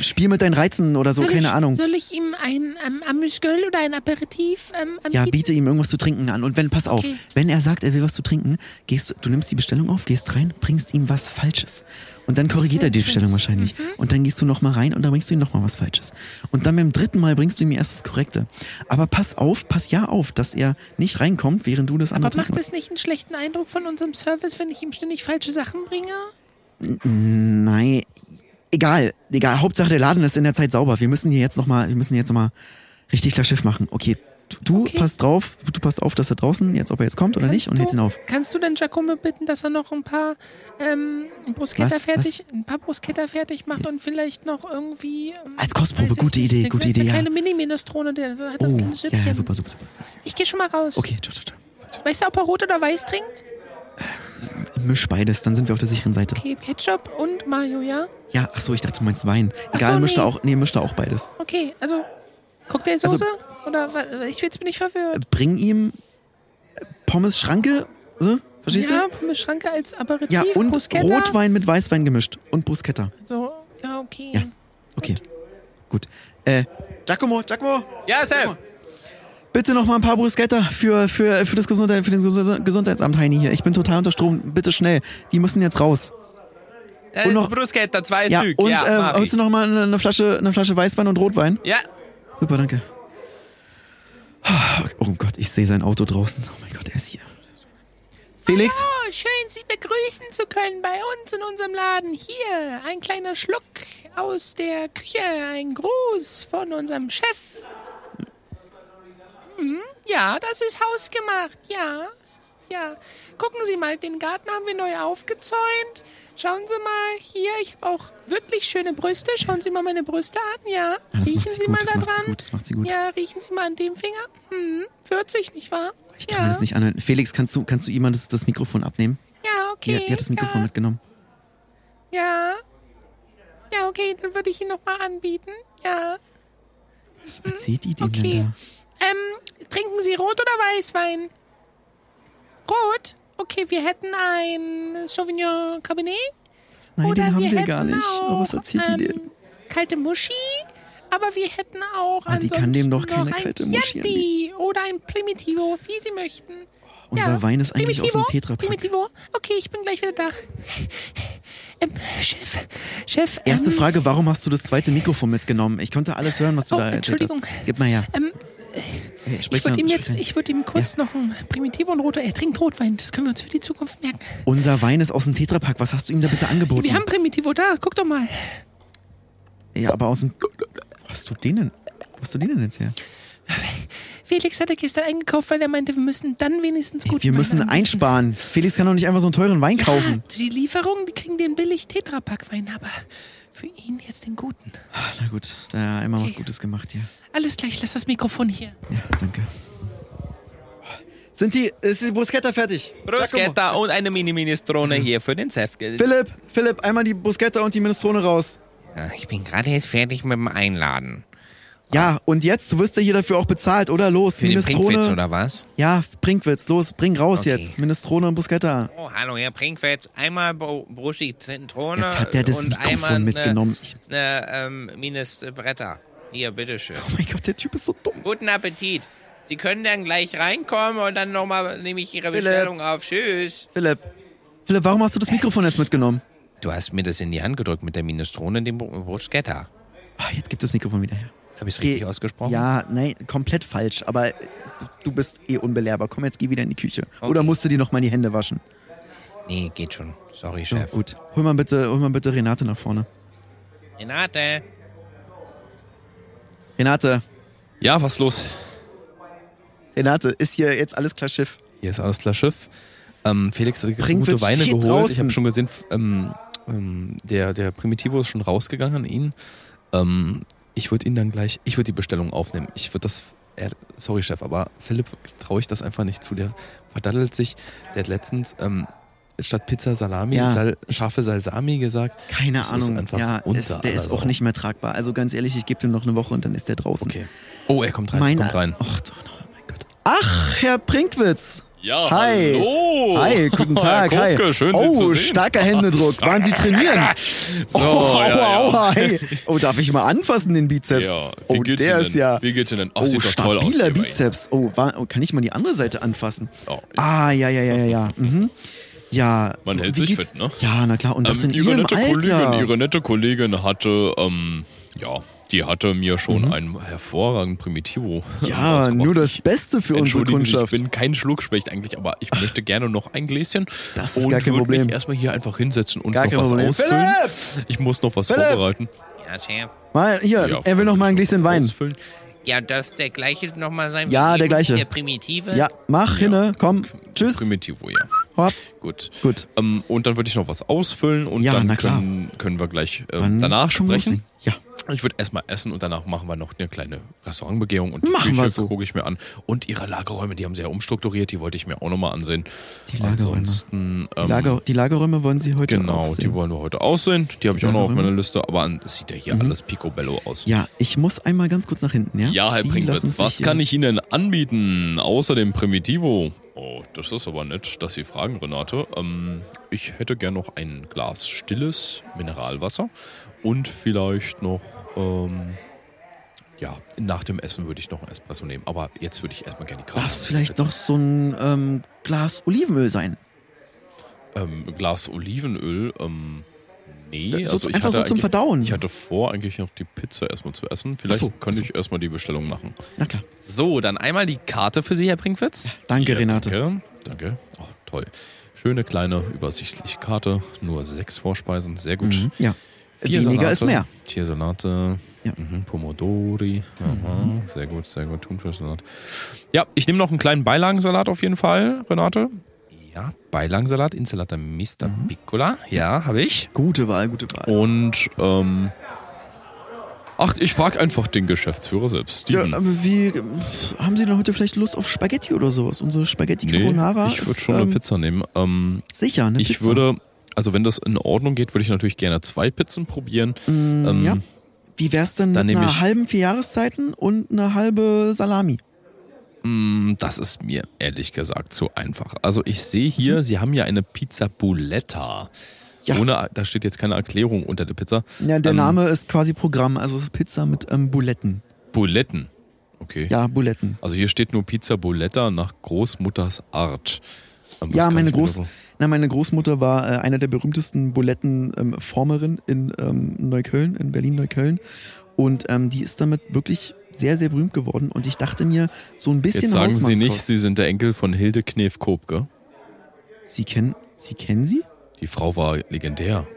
[SPEAKER 2] Spiel mit deinen Reizen oder so,
[SPEAKER 10] Soll
[SPEAKER 2] keine
[SPEAKER 10] ich,
[SPEAKER 2] Ahnung.
[SPEAKER 10] Soll ich ihm ein ähm, Amüsgöl oder ein Aperitif ähm, anbieten?
[SPEAKER 2] Ja, biete ihm irgendwas zu trinken an. Und wenn, pass auf,
[SPEAKER 10] Okay.
[SPEAKER 2] wenn er sagt, er will was zu trinken, gehst du, du nimmst die Bestellung auf, gehst rein, bringst ihm was Falsches. Und dann korrigiert er die
[SPEAKER 10] Falsches.
[SPEAKER 2] Bestellung wahrscheinlich.
[SPEAKER 10] Mhm.
[SPEAKER 2] Und dann gehst du nochmal rein und dann bringst du ihm nochmal was Falsches. Und dann beim dritten Mal bringst du ihm erst das Korrekte. Aber pass auf, pass ja auf, dass er nicht reinkommt, während du das andere
[SPEAKER 10] Aber macht
[SPEAKER 2] trinken
[SPEAKER 10] das nicht einen schlechten Eindruck von unserem Service, wenn ich ihm ständig falsche Sachen bringe?
[SPEAKER 2] Nein, egal, egal. Hauptsache der Laden ist in der Zeit sauber. Wir müssen hier jetzt nochmal, wir müssen hier jetzt nochmal richtig klar Schiff machen. Okay, du- du
[SPEAKER 10] Okay.
[SPEAKER 2] passt drauf, du passt auf, dass er draußen, jetzt ob er jetzt kommt oder nicht,
[SPEAKER 10] Kannst
[SPEAKER 2] und hältst
[SPEAKER 10] du-
[SPEAKER 2] ihn auf.
[SPEAKER 10] Kannst du denn Giacomo bitten, dass er noch ein paar ähm, Bruschetta
[SPEAKER 2] Was?
[SPEAKER 10] fertig, ein paar Bruschetta fertig macht und vielleicht noch irgendwie ähm,
[SPEAKER 2] Als Kostprobe,
[SPEAKER 10] weiß ich
[SPEAKER 2] gute
[SPEAKER 10] nicht,
[SPEAKER 2] Idee,
[SPEAKER 10] eine
[SPEAKER 2] gute
[SPEAKER 10] kleine-
[SPEAKER 2] Idee, ja.
[SPEAKER 10] Eine kleine Mini-Minestrone, der so hat das
[SPEAKER 2] Oh,
[SPEAKER 10] kleine
[SPEAKER 2] ja,
[SPEAKER 10] Süppchen.
[SPEAKER 2] ja, super, super, super.
[SPEAKER 10] Ich gehe schon mal raus.
[SPEAKER 2] Okay, ciao, ciao, ciao.
[SPEAKER 10] Weißt du, ob er rot oder weiß trinkt?
[SPEAKER 2] Misch beides, dann sind wir auf der sicheren Seite.
[SPEAKER 10] Okay, Ketchup und Mayo, ja?
[SPEAKER 2] Ja, ach so, ich dachte, du meinst Wein.
[SPEAKER 10] Ach
[SPEAKER 2] Egal,
[SPEAKER 10] so,
[SPEAKER 2] misch da
[SPEAKER 10] nee.
[SPEAKER 2] auch, nee, misch da auch beides.
[SPEAKER 10] Okay, also
[SPEAKER 2] Also
[SPEAKER 10] Cocktailsoße? oder wa- ich jetzt bin ich verwirrt.
[SPEAKER 2] Bring ihm äh, Pommes Schranke, so, verstehst
[SPEAKER 10] ja,
[SPEAKER 2] du?
[SPEAKER 10] Pommes Schranke als Aperitif,
[SPEAKER 2] Ja, und
[SPEAKER 10] Bruschetta.
[SPEAKER 2] Rotwein mit Weißwein gemischt und Bruschetta.
[SPEAKER 10] So, ja, okay.
[SPEAKER 2] Ja. Okay, gut. Äh, Giacomo, Giacomo,
[SPEAKER 4] Ja, Sam.
[SPEAKER 2] bitte noch mal ein paar Bruschetta für, für, für das Gesundheit, für das Gesundheit- Gesundheitsamt Heini hier. Ich bin total unter Strom. Bitte schnell, die müssen jetzt raus.
[SPEAKER 4] Das ist
[SPEAKER 2] noch-
[SPEAKER 4] Bruschetta, zwei
[SPEAKER 2] Ja,
[SPEAKER 4] Stück.
[SPEAKER 2] und
[SPEAKER 4] ja,
[SPEAKER 2] äh,
[SPEAKER 4] mach ich.
[SPEAKER 2] holst du noch mal eine, eine Flasche, eine Flasche Weißwein und Rotwein?
[SPEAKER 4] ja,
[SPEAKER 2] Super, danke. Oh Gott, ich sehe sein Auto draußen. Oh mein Gott, er ist hier. Felix?
[SPEAKER 10] Oh, schön, Sie begrüßen zu können bei uns in unserem Laden. Hier ein kleiner Schluck aus der Küche, ein Gruß von unserem Chef. Mhm, ja, das ist hausgemacht, ja. Ja, gucken Sie mal, den Garten haben wir neu aufgezäunt. Schauen Sie mal hier, ich habe auch wirklich schöne Brüste. Schauen Sie mal meine Brüste an, ja.
[SPEAKER 2] Ja, das
[SPEAKER 10] riechen
[SPEAKER 2] macht sie
[SPEAKER 10] Sie
[SPEAKER 2] gut,
[SPEAKER 10] mal
[SPEAKER 2] das
[SPEAKER 10] da
[SPEAKER 2] macht sie
[SPEAKER 10] dran.
[SPEAKER 2] gut, das macht sie gut.
[SPEAKER 10] Ja, riechen Sie mal an dem Finger. Hm, 40, nicht wahr?
[SPEAKER 2] Ich kann mir das nicht anhören. Felix, kannst du, kannst du jemand das, das Mikrofon abnehmen?
[SPEAKER 10] Ja,
[SPEAKER 2] Die,
[SPEAKER 10] okay.
[SPEAKER 2] die hat das Mikrofon
[SPEAKER 10] ja.
[SPEAKER 2] mitgenommen.
[SPEAKER 10] Ja. Ja, okay, dann würde ich ihn nochmal anbieten. Ja.
[SPEAKER 2] Was erzählt die dem
[SPEAKER 10] Mhm. Okay.
[SPEAKER 2] denn
[SPEAKER 10] Ähm, trinken Sie Rot oder Weißwein? Rot? Okay, wir hätten ein Sauvignon Cabernet.
[SPEAKER 2] da? Nein,
[SPEAKER 10] oder
[SPEAKER 2] den haben
[SPEAKER 10] wir,
[SPEAKER 2] wir
[SPEAKER 10] hätten
[SPEAKER 2] gar nicht.
[SPEAKER 10] Auch,
[SPEAKER 2] Aber was erzählt die denn?
[SPEAKER 10] ähm, Kalte Muschi. Aber wir hätten auch
[SPEAKER 2] Ah, die kann dem doch keine
[SPEAKER 10] noch ein
[SPEAKER 2] kalte Muschi
[SPEAKER 10] Chianti oder ein Primitivo, wie Sie möchten.
[SPEAKER 2] Unser Wein ist eigentlich aus dem Tetrapack.
[SPEAKER 10] Primitivo? Okay, ich bin gleich wieder da. Ähm, Chef, Chef.
[SPEAKER 2] Erste
[SPEAKER 10] ähm,
[SPEAKER 2] Frage, warum hast du das zweite Mikrofon mitgenommen? Ich konnte alles hören, was du
[SPEAKER 10] Oh,
[SPEAKER 2] da erzählt hast.
[SPEAKER 10] Entschuldigung.
[SPEAKER 2] Gib mal her.
[SPEAKER 10] Ähm,
[SPEAKER 2] Hey, sprich
[SPEAKER 10] Ich würde
[SPEAKER 2] dann-
[SPEAKER 10] ihm
[SPEAKER 2] sprich
[SPEAKER 10] jetzt,
[SPEAKER 2] dann.
[SPEAKER 10] ich würde ihm kurz noch ein Primitivo und Rotwein. Er trinkt Rotwein. Das können wir uns für die Zukunft merken.
[SPEAKER 2] Unser Wein ist aus dem Tetrapack. Was hast du ihm da bitte angeboten?
[SPEAKER 10] Wir haben Primitivo da. Guck doch mal.
[SPEAKER 2] ja, aber aus dem. Wo hast du den denn? Wo hast du den denn jetzt her?
[SPEAKER 10] Felix hatte gestern eingekauft, weil er meinte, wir müssen dann wenigstens
[SPEAKER 2] Ey,
[SPEAKER 10] gut.
[SPEAKER 2] wir müssen einsparen. Felix kann doch nicht einfach so einen teuren Wein
[SPEAKER 10] kaufen.
[SPEAKER 2] kaufen.
[SPEAKER 10] Ja, die Lieferung, die kriegen den billig Tetrapack-Wein, aber für ihn jetzt den guten.
[SPEAKER 2] Ah, Na gut, da immer was
[SPEAKER 10] Okay.
[SPEAKER 2] Gutes gemacht hier.
[SPEAKER 10] Alles gleich, lass das Mikrofon hier.
[SPEAKER 2] Ja, danke. Sind die, ist die Bruschetta fertig? Giacomo.
[SPEAKER 4] Bruschetta und eine Mini-Minestrone hier für den Seth.
[SPEAKER 2] Philipp, Philipp, einmal die Bruschetta und die Minestrone raus.
[SPEAKER 8] Ich bin gerade jetzt fertig mit dem Einladen.
[SPEAKER 2] Ja, und jetzt, du wirst ja hier dafür auch bezahlt, oder? Los,
[SPEAKER 8] Für den
[SPEAKER 2] Minestrone.
[SPEAKER 8] Brinkwitz oder was?
[SPEAKER 2] Ja, Brinkwitz, los, bring raus
[SPEAKER 8] Okay.
[SPEAKER 2] jetzt. Minestrone und Bruschetta.
[SPEAKER 8] Oh, hallo, Herr Brinkwitz. Einmal Bro- Bruschi Zitrone
[SPEAKER 2] Jetzt hat der das
[SPEAKER 8] und
[SPEAKER 2] Mikrofon
[SPEAKER 8] einmal
[SPEAKER 2] mitgenommen. Ich-
[SPEAKER 8] Eine, eine, ähm, Minestrone. Hier, bitteschön.
[SPEAKER 2] Oh mein Gott, der Typ ist so dumm.
[SPEAKER 8] Guten Appetit. Sie können dann gleich reinkommen und dann nochmal nehme ich Ihre
[SPEAKER 2] Philipp.
[SPEAKER 8] Bestellung auf. Tschüss.
[SPEAKER 2] Philipp. Philipp, warum hast du das Mikrofon jetzt mitgenommen?
[SPEAKER 8] Du hast mir das in die Hand gedrückt mit der Minestrone und dem Br- Bruschetta.
[SPEAKER 2] Ah, jetzt gibt das Mikrofon wieder her.
[SPEAKER 8] Habe ich es richtig
[SPEAKER 2] Geh-
[SPEAKER 8] ausgesprochen?
[SPEAKER 2] Ja, nein, komplett falsch. Aber äh, du- du bist eh unbelehrbar. Komm, jetzt geh wieder in die Küche. Oder musst du dir nochmal die Hände waschen?
[SPEAKER 8] Nee, geht schon. Sorry,
[SPEAKER 2] So,
[SPEAKER 8] Chef.
[SPEAKER 2] gut. Hol mal, bitte, hol mal bitte Renate nach vorne.
[SPEAKER 8] Renate.
[SPEAKER 2] Renate,
[SPEAKER 3] Ja, was los?
[SPEAKER 2] Renate, ist hier jetzt alles klar Schiff?
[SPEAKER 3] Hier ist alles klar Schiff. Ähm, Felix hat gestern
[SPEAKER 2] Brinkwitz
[SPEAKER 3] gute Weine
[SPEAKER 2] steht
[SPEAKER 3] geholt. Ich
[SPEAKER 2] draußen.
[SPEAKER 3] habe schon gesehen, f- ähm, ähm, der, der Primitivo ist schon rausgegangen an ihn. Ähm, ich würde ihn dann gleich, ich würde die Bestellung aufnehmen. Ich würde das, äh, er, sorry Chef, aber Philipp traue ich das einfach nicht zu. Der verdattelt sich. Der hat letztens ähm, statt Pizza Salami,
[SPEAKER 2] Ja.
[SPEAKER 3] Sal scharfe Salsami gesagt.
[SPEAKER 2] Keine
[SPEAKER 3] Das ist
[SPEAKER 2] Ahnung.
[SPEAKER 3] einfach
[SPEAKER 2] ja,
[SPEAKER 3] unter
[SPEAKER 2] es, der
[SPEAKER 3] aller
[SPEAKER 2] ist auch
[SPEAKER 3] Sau.
[SPEAKER 2] nicht mehr tragbar. Also ganz ehrlich, ich gebe dem noch eine Woche und dann ist der draußen.
[SPEAKER 3] Okay. Oh, er kommt rein.
[SPEAKER 2] Mein
[SPEAKER 3] kommt rein.
[SPEAKER 2] Ach, du- oh mein Gott. Ach, Herr Brinkwitz.
[SPEAKER 9] Ja,
[SPEAKER 2] Hi.
[SPEAKER 9] hallo.
[SPEAKER 2] Hi, guten
[SPEAKER 9] (laughs)
[SPEAKER 2] Tag.
[SPEAKER 9] Herr Kupke,
[SPEAKER 2] hi.
[SPEAKER 9] schön, Sie
[SPEAKER 2] oh,
[SPEAKER 9] zu sehen.
[SPEAKER 2] starker Händedruck. Waren Sie trainieren?
[SPEAKER 9] (laughs) So,
[SPEAKER 2] oh, aua,
[SPEAKER 9] ja, ja.
[SPEAKER 2] aua, hey. oh, darf ich mal anfassen den Bizeps?
[SPEAKER 9] Ja, wie
[SPEAKER 2] oh,
[SPEAKER 9] geht's
[SPEAKER 2] der
[SPEAKER 9] Ihnen
[SPEAKER 2] ist
[SPEAKER 9] denn?
[SPEAKER 2] ja.
[SPEAKER 9] Wie geht's Ihnen denn? Ach,
[SPEAKER 2] oh,
[SPEAKER 9] sieht doch toll aus
[SPEAKER 2] stabiler
[SPEAKER 9] hier bei Ihnen.
[SPEAKER 2] Bizeps. Oh, war, oh, kann ich mal die andere Seite anfassen?
[SPEAKER 9] Oh,
[SPEAKER 2] Ah, ja, ja, ja, ja, ja. Mhm. Ja.
[SPEAKER 9] Man hält
[SPEAKER 2] wie
[SPEAKER 9] sich
[SPEAKER 2] geht's-
[SPEAKER 9] fit, ne?
[SPEAKER 2] Ja, na klar. Und das
[SPEAKER 9] Ähm,
[SPEAKER 2] in Ihrem
[SPEAKER 9] nette
[SPEAKER 2] Alter.
[SPEAKER 9] Kollegin, ihre nette Kollegin hatte, ähm, ja, die hatte mir schon einen hervorragenden Primitivo.
[SPEAKER 2] Mhm.
[SPEAKER 9] äh,
[SPEAKER 2] ja,
[SPEAKER 9] rausgebracht.
[SPEAKER 2] Ah, nur das Beste für unsere
[SPEAKER 9] Entschuldigen Sie, ich
[SPEAKER 2] Kundschaft.
[SPEAKER 9] bin kein Schluckspecht eigentlich, aber ich möchte gerne noch ein Gläschen.
[SPEAKER 2] Das ist
[SPEAKER 9] und
[SPEAKER 2] gar kein
[SPEAKER 9] würd
[SPEAKER 2] Problem.
[SPEAKER 9] mich erstmal hier einfach hinsetzen und
[SPEAKER 2] Gar
[SPEAKER 9] noch
[SPEAKER 2] kein
[SPEAKER 9] was
[SPEAKER 2] Problem.
[SPEAKER 9] ausfüllen. Ich muss noch was vorbereiten.
[SPEAKER 8] Ja, Chef.
[SPEAKER 2] Mal, hier,
[SPEAKER 9] Ja,
[SPEAKER 2] er will noch mal ein
[SPEAKER 9] muss
[SPEAKER 2] Gläschen
[SPEAKER 9] was
[SPEAKER 2] Wein.
[SPEAKER 9] ausfüllen.
[SPEAKER 8] Ja, darf der gleiche nochmal sein? wie
[SPEAKER 2] Ja,
[SPEAKER 8] eben,
[SPEAKER 2] der gleiche.
[SPEAKER 8] Der primitive?
[SPEAKER 2] Ja, mach hinne, komm, tschüss,
[SPEAKER 9] Primitivo, ja.
[SPEAKER 2] hopp,
[SPEAKER 9] Gut.
[SPEAKER 2] gut.
[SPEAKER 9] Ähm, und dann würde ich noch was ausfüllen und
[SPEAKER 2] Ja, na
[SPEAKER 9] dann
[SPEAKER 2] klar.
[SPEAKER 9] können, können wir gleich äh,
[SPEAKER 2] Dann
[SPEAKER 9] danach
[SPEAKER 2] können wir
[SPEAKER 9] sprechen.
[SPEAKER 2] loslegen. Ja.
[SPEAKER 9] Ich würde erstmal essen und danach machen wir noch eine kleine Restaurantbegehung und die
[SPEAKER 2] Machen wir
[SPEAKER 9] Küche
[SPEAKER 2] so.
[SPEAKER 9] gucke ich mir an. Und ihre Lagerräume, die haben sie ja umstrukturiert, die wollte ich mir auch nochmal ansehen.
[SPEAKER 2] Die Lagerräume.
[SPEAKER 9] Ansonsten,
[SPEAKER 2] Die,
[SPEAKER 9] ähm,
[SPEAKER 2] Lager, die Lagerräume wollen Sie heute
[SPEAKER 9] genau,
[SPEAKER 2] auch sehen.
[SPEAKER 9] die wollen wir heute aussehen. Die habe ich auch noch auf
[SPEAKER 2] Lagerräume. Mhm.
[SPEAKER 9] meiner Liste, aber an- es sieht ja hier alles picobello aus.
[SPEAKER 2] Ja, ich muss einmal ganz kurz nach hinten, ja?
[SPEAKER 9] Ja, Herr
[SPEAKER 2] Sie lassen
[SPEAKER 9] Pringwitz,
[SPEAKER 2] sich,
[SPEAKER 9] was
[SPEAKER 2] äh,
[SPEAKER 9] kann ich Ihnen anbieten, außer dem Primitivo? Oh, das ist aber nett, dass Sie fragen, Renate. Ähm, ich hätte gern noch ein Glas stilles Mineralwasser und vielleicht noch, ähm, ja, nach dem Essen würde ich noch einen Espresso nehmen, aber jetzt würde ich erstmal gerne die Kraft.
[SPEAKER 2] Darf es vielleicht noch so ein ähm, Glas Olivenöl sein?
[SPEAKER 9] Ähm, Glas Olivenöl, ähm, nee.
[SPEAKER 2] Äh, so,
[SPEAKER 9] also ich
[SPEAKER 2] einfach
[SPEAKER 9] hatte
[SPEAKER 2] so zum
[SPEAKER 9] eigentlich-
[SPEAKER 2] Verdauen.
[SPEAKER 9] Ich hatte vor, eigentlich noch die Pizza erstmal zu essen. Vielleicht
[SPEAKER 2] so,
[SPEAKER 9] könnte
[SPEAKER 2] ach so.
[SPEAKER 9] ich erstmal die Bestellung machen.
[SPEAKER 2] Na klar.
[SPEAKER 3] So, dann einmal die Karte für Sie, Herr Brinkwitz.
[SPEAKER 2] Danke,
[SPEAKER 9] Ja,
[SPEAKER 2] Renate.
[SPEAKER 9] Danke. danke. Oh, toll. Schöne, kleine, übersichtliche Karte. Nur sechs Vorspeisen. Sehr gut.
[SPEAKER 2] Mhm. Ja.
[SPEAKER 9] Vier Salate,
[SPEAKER 2] Weniger ist mehr.
[SPEAKER 9] Vier Salate.
[SPEAKER 2] Ja. Mhm.
[SPEAKER 9] Mhm. Pomodori. Aha. Sehr gut, sehr gut. Thunfischsalat. Ja, ich nehme noch einen kleinen Beilagensalat auf jeden Fall, Renate.
[SPEAKER 3] Ja, Beilagensalat, Insalata Mr.
[SPEAKER 2] Mhm.
[SPEAKER 3] Piccola. Ja, habe ich.
[SPEAKER 2] Gute Wahl, gute
[SPEAKER 9] Oh,
[SPEAKER 2] Wahl.
[SPEAKER 9] Und, ähm. Ach, ich frage einfach den Geschäftsführer selbst.
[SPEAKER 2] Ja,
[SPEAKER 9] Steven.
[SPEAKER 2] aber wie äh, haben Sie denn heute vielleicht Lust auf Spaghetti oder sowas? Unsere Spaghetti Carbonara
[SPEAKER 9] ich würde
[SPEAKER 2] ist
[SPEAKER 9] schon
[SPEAKER 2] ähm,
[SPEAKER 9] eine Pizza nehmen. Ähm,
[SPEAKER 2] sicher, ne?
[SPEAKER 9] ich
[SPEAKER 2] Pizza.
[SPEAKER 9] würde, also wenn das in Ordnung geht, würde ich natürlich gerne zwei Pizzen probieren.
[SPEAKER 2] Mhm.
[SPEAKER 9] ähm,
[SPEAKER 2] ja. Wie wär's denn
[SPEAKER 9] Dann
[SPEAKER 2] mit
[SPEAKER 9] nehm
[SPEAKER 2] einer
[SPEAKER 9] ich-
[SPEAKER 2] halben vier Jahreszeiten und eine halbe Salami?
[SPEAKER 9] mh, Mm, Das ist mir ehrlich gesagt zu einfach. Also ich sehe hier, Sie haben ja eine Pizza Buletta.
[SPEAKER 2] Mhm. Ja.
[SPEAKER 9] Ohne, da steht jetzt keine Erklärung unter der Pizza.
[SPEAKER 2] Ja, der
[SPEAKER 9] Ähm,
[SPEAKER 2] Name ist quasi Programm, also es ist Pizza mit ähm, Buletten.
[SPEAKER 9] Buletten. Okay.
[SPEAKER 2] Ja, Buletten.
[SPEAKER 9] Also hier steht nur Pizza Buletta nach Großmutters Art. Ähm, was
[SPEAKER 2] ja,
[SPEAKER 9] kann
[SPEAKER 2] meine,
[SPEAKER 9] ich mir
[SPEAKER 2] Groß
[SPEAKER 9] da so-
[SPEAKER 2] Na, meine Großmutter war äh, eine der berühmtesten Buletten-Formerin in ähm, Neukölln, in Berlin-Neukölln. Und ähm, die ist damit wirklich sehr, sehr berühmt geworden. Und ich dachte mir, so ein bisschen
[SPEAKER 9] Jetzt sagen Sie nicht,
[SPEAKER 2] Hausmannskost.
[SPEAKER 9] Sie sind der Enkel von Hilde Knef Kopke.
[SPEAKER 2] Sie kennen, Sie kennen sie?
[SPEAKER 9] Die Frau war legendär.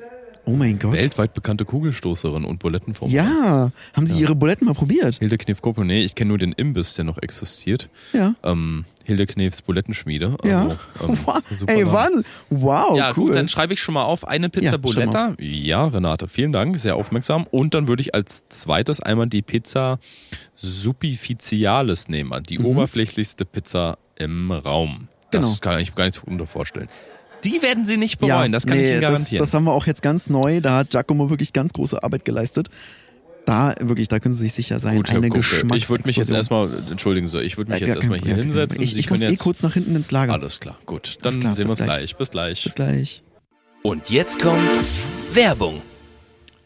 [SPEAKER 2] Oh mein Gott.
[SPEAKER 9] Weltweit bekannte Kugelstoßerin und Bulettenform.
[SPEAKER 2] Ja, haben Sie
[SPEAKER 9] Ja.
[SPEAKER 2] Ihre Buletten mal probiert?
[SPEAKER 9] Hilde Knef Kopke, nee, ich kenne nur den Imbiss, der noch existiert.
[SPEAKER 2] Ja.
[SPEAKER 9] ähm, Hilde Knefs Bulettenschmiede. Also,
[SPEAKER 2] Ja. (laughs)
[SPEAKER 9] Ähm,
[SPEAKER 2] Wow.
[SPEAKER 9] super
[SPEAKER 2] Ey,
[SPEAKER 9] Name.
[SPEAKER 2] Wahnsinn. Wow,
[SPEAKER 3] ja,
[SPEAKER 2] cool.
[SPEAKER 3] gut, dann schreibe ich schon mal auf eine
[SPEAKER 2] Ja,
[SPEAKER 3] Pizza
[SPEAKER 2] schreib
[SPEAKER 3] Boletta.
[SPEAKER 9] Ja, Renate, vielen Dank, sehr aufmerksam. Und dann würde ich als zweites einmal die Pizza Supificialis nehmen, also die oberflächlichste Pizza im Raum.
[SPEAKER 2] Mhm. Genau.
[SPEAKER 9] Das kann ich mir gar nicht so unter vorstellen.
[SPEAKER 3] Die werden Sie nicht bereuen, das kann ich
[SPEAKER 2] nee,
[SPEAKER 3] Ihnen garantieren.
[SPEAKER 2] Das, das haben wir auch jetzt ganz neu. Da hat Giacomo wirklich ganz große Arbeit geleistet. Da wirklich, da können Sie sich sicher sein.
[SPEAKER 9] Gut, Herr
[SPEAKER 2] eine
[SPEAKER 9] Kumpel,
[SPEAKER 2] Geschmacks
[SPEAKER 9] ich würde mich jetzt erstmal, entschuldigen Sie, ich würde mich
[SPEAKER 2] Äh,
[SPEAKER 9] jetzt
[SPEAKER 2] gar kein
[SPEAKER 9] erstmal hier
[SPEAKER 2] Problem, gar kein
[SPEAKER 9] hinsetzen.
[SPEAKER 2] Problem. Ich,
[SPEAKER 9] Sie
[SPEAKER 2] ich muss
[SPEAKER 9] können
[SPEAKER 2] eh
[SPEAKER 9] jetzt-
[SPEAKER 2] kurz nach hinten ins Lager.
[SPEAKER 9] Alles klar, gut. Dann
[SPEAKER 2] klar,
[SPEAKER 9] sehen wir
[SPEAKER 2] bis
[SPEAKER 9] uns
[SPEAKER 2] gleich.
[SPEAKER 9] gleich. Bis gleich.
[SPEAKER 2] Bis gleich.
[SPEAKER 5] Und jetzt kommt Werbung.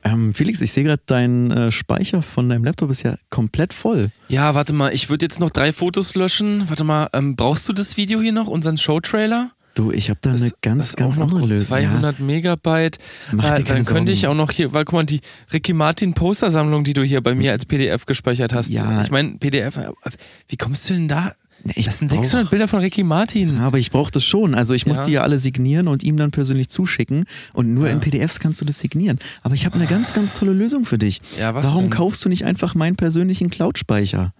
[SPEAKER 2] Ähm, Felix, ich sehe gerade, dein äh, Speicher von deinem Laptop ist ja komplett voll.
[SPEAKER 3] Ja, warte mal, ich würde jetzt noch drei Fotos löschen. Warte mal, ähm, brauchst du das Video hier noch, unseren Showtrailer?
[SPEAKER 2] Du, ich habe da eine ganz,
[SPEAKER 3] ist
[SPEAKER 2] ganz
[SPEAKER 3] auch noch
[SPEAKER 2] andere
[SPEAKER 3] gut,
[SPEAKER 2] Lösung.
[SPEAKER 3] 200 Megabyte.
[SPEAKER 2] Mach dir
[SPEAKER 3] Äh,
[SPEAKER 2] keine
[SPEAKER 3] dann könnte ich auch
[SPEAKER 2] Sorgen.
[SPEAKER 3] noch hier, weil guck mal, die Ricky Martin Postersammlung, die du hier bei mir als PDF gespeichert hast.
[SPEAKER 2] Ja.
[SPEAKER 3] Ich meine, PDF, äh, wie kommst du denn da?
[SPEAKER 2] Nee, ich
[SPEAKER 3] das sind
[SPEAKER 2] brauch-
[SPEAKER 3] 600 Bilder von Ricky Martin.
[SPEAKER 2] Ja, aber ich brauche das schon. Also ich muss
[SPEAKER 3] Ja.
[SPEAKER 2] die ja alle signieren und ihm dann persönlich zuschicken. Und nur in PDFs kannst du das signieren. Aber ich habe eine ganz, ganz tolle Lösung für dich.
[SPEAKER 3] Ja, was
[SPEAKER 2] Warum
[SPEAKER 3] denn?
[SPEAKER 2] kaufst du nicht einfach meinen persönlichen Cloud-Speicher?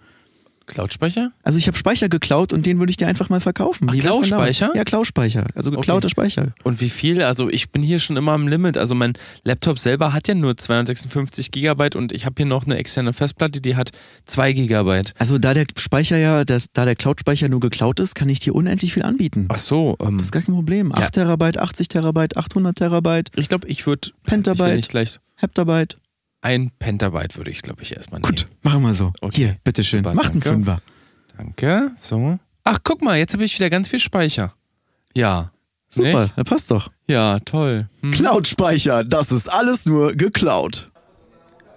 [SPEAKER 3] Cloud-Speicher?
[SPEAKER 2] Also ich habe Speicher geklaut und den würde ich dir einfach mal verkaufen.
[SPEAKER 3] Ach,
[SPEAKER 2] wär's denn damit?
[SPEAKER 3] Klauspeicher?
[SPEAKER 2] Ja, Klauspeicher. Also geklauter Speicher.
[SPEAKER 3] Und wie viel? Also ich bin hier schon immer am Limit. Also mein Laptop selber hat ja nur 256 Gigabyte und ich habe hier noch eine externe Festplatte, die hat 2 Gigabyte.
[SPEAKER 2] Also da der Speicher ja, das, da der Cloud-Speicher nur geklaut ist, kann ich dir unendlich viel anbieten.
[SPEAKER 3] Ach so, ähm,
[SPEAKER 2] Das ist gar kein Problem. 8 Terabyte, 80 Terabyte, 800 Terabyte,
[SPEAKER 3] ich glaube, ich würde
[SPEAKER 2] Pentabyte.
[SPEAKER 3] nicht gleich
[SPEAKER 2] Heptabyte.
[SPEAKER 3] ein Pentabyte würde ich glaube ich erstmal nehmen.
[SPEAKER 2] Gut, machen wir so.
[SPEAKER 3] Okay.
[SPEAKER 2] Hier, bitteschön.
[SPEAKER 3] Super,
[SPEAKER 2] Macht einen
[SPEAKER 3] danke.
[SPEAKER 2] Fünfer.
[SPEAKER 3] Danke. So. Ach, guck mal, jetzt habe ich wieder ganz viel Speicher. Ja.
[SPEAKER 2] Super,
[SPEAKER 3] Nicht?
[SPEAKER 2] da passt doch.
[SPEAKER 3] Ja, toll. Hm.
[SPEAKER 2] Cloud-Speicher, das ist alles nur geklaut.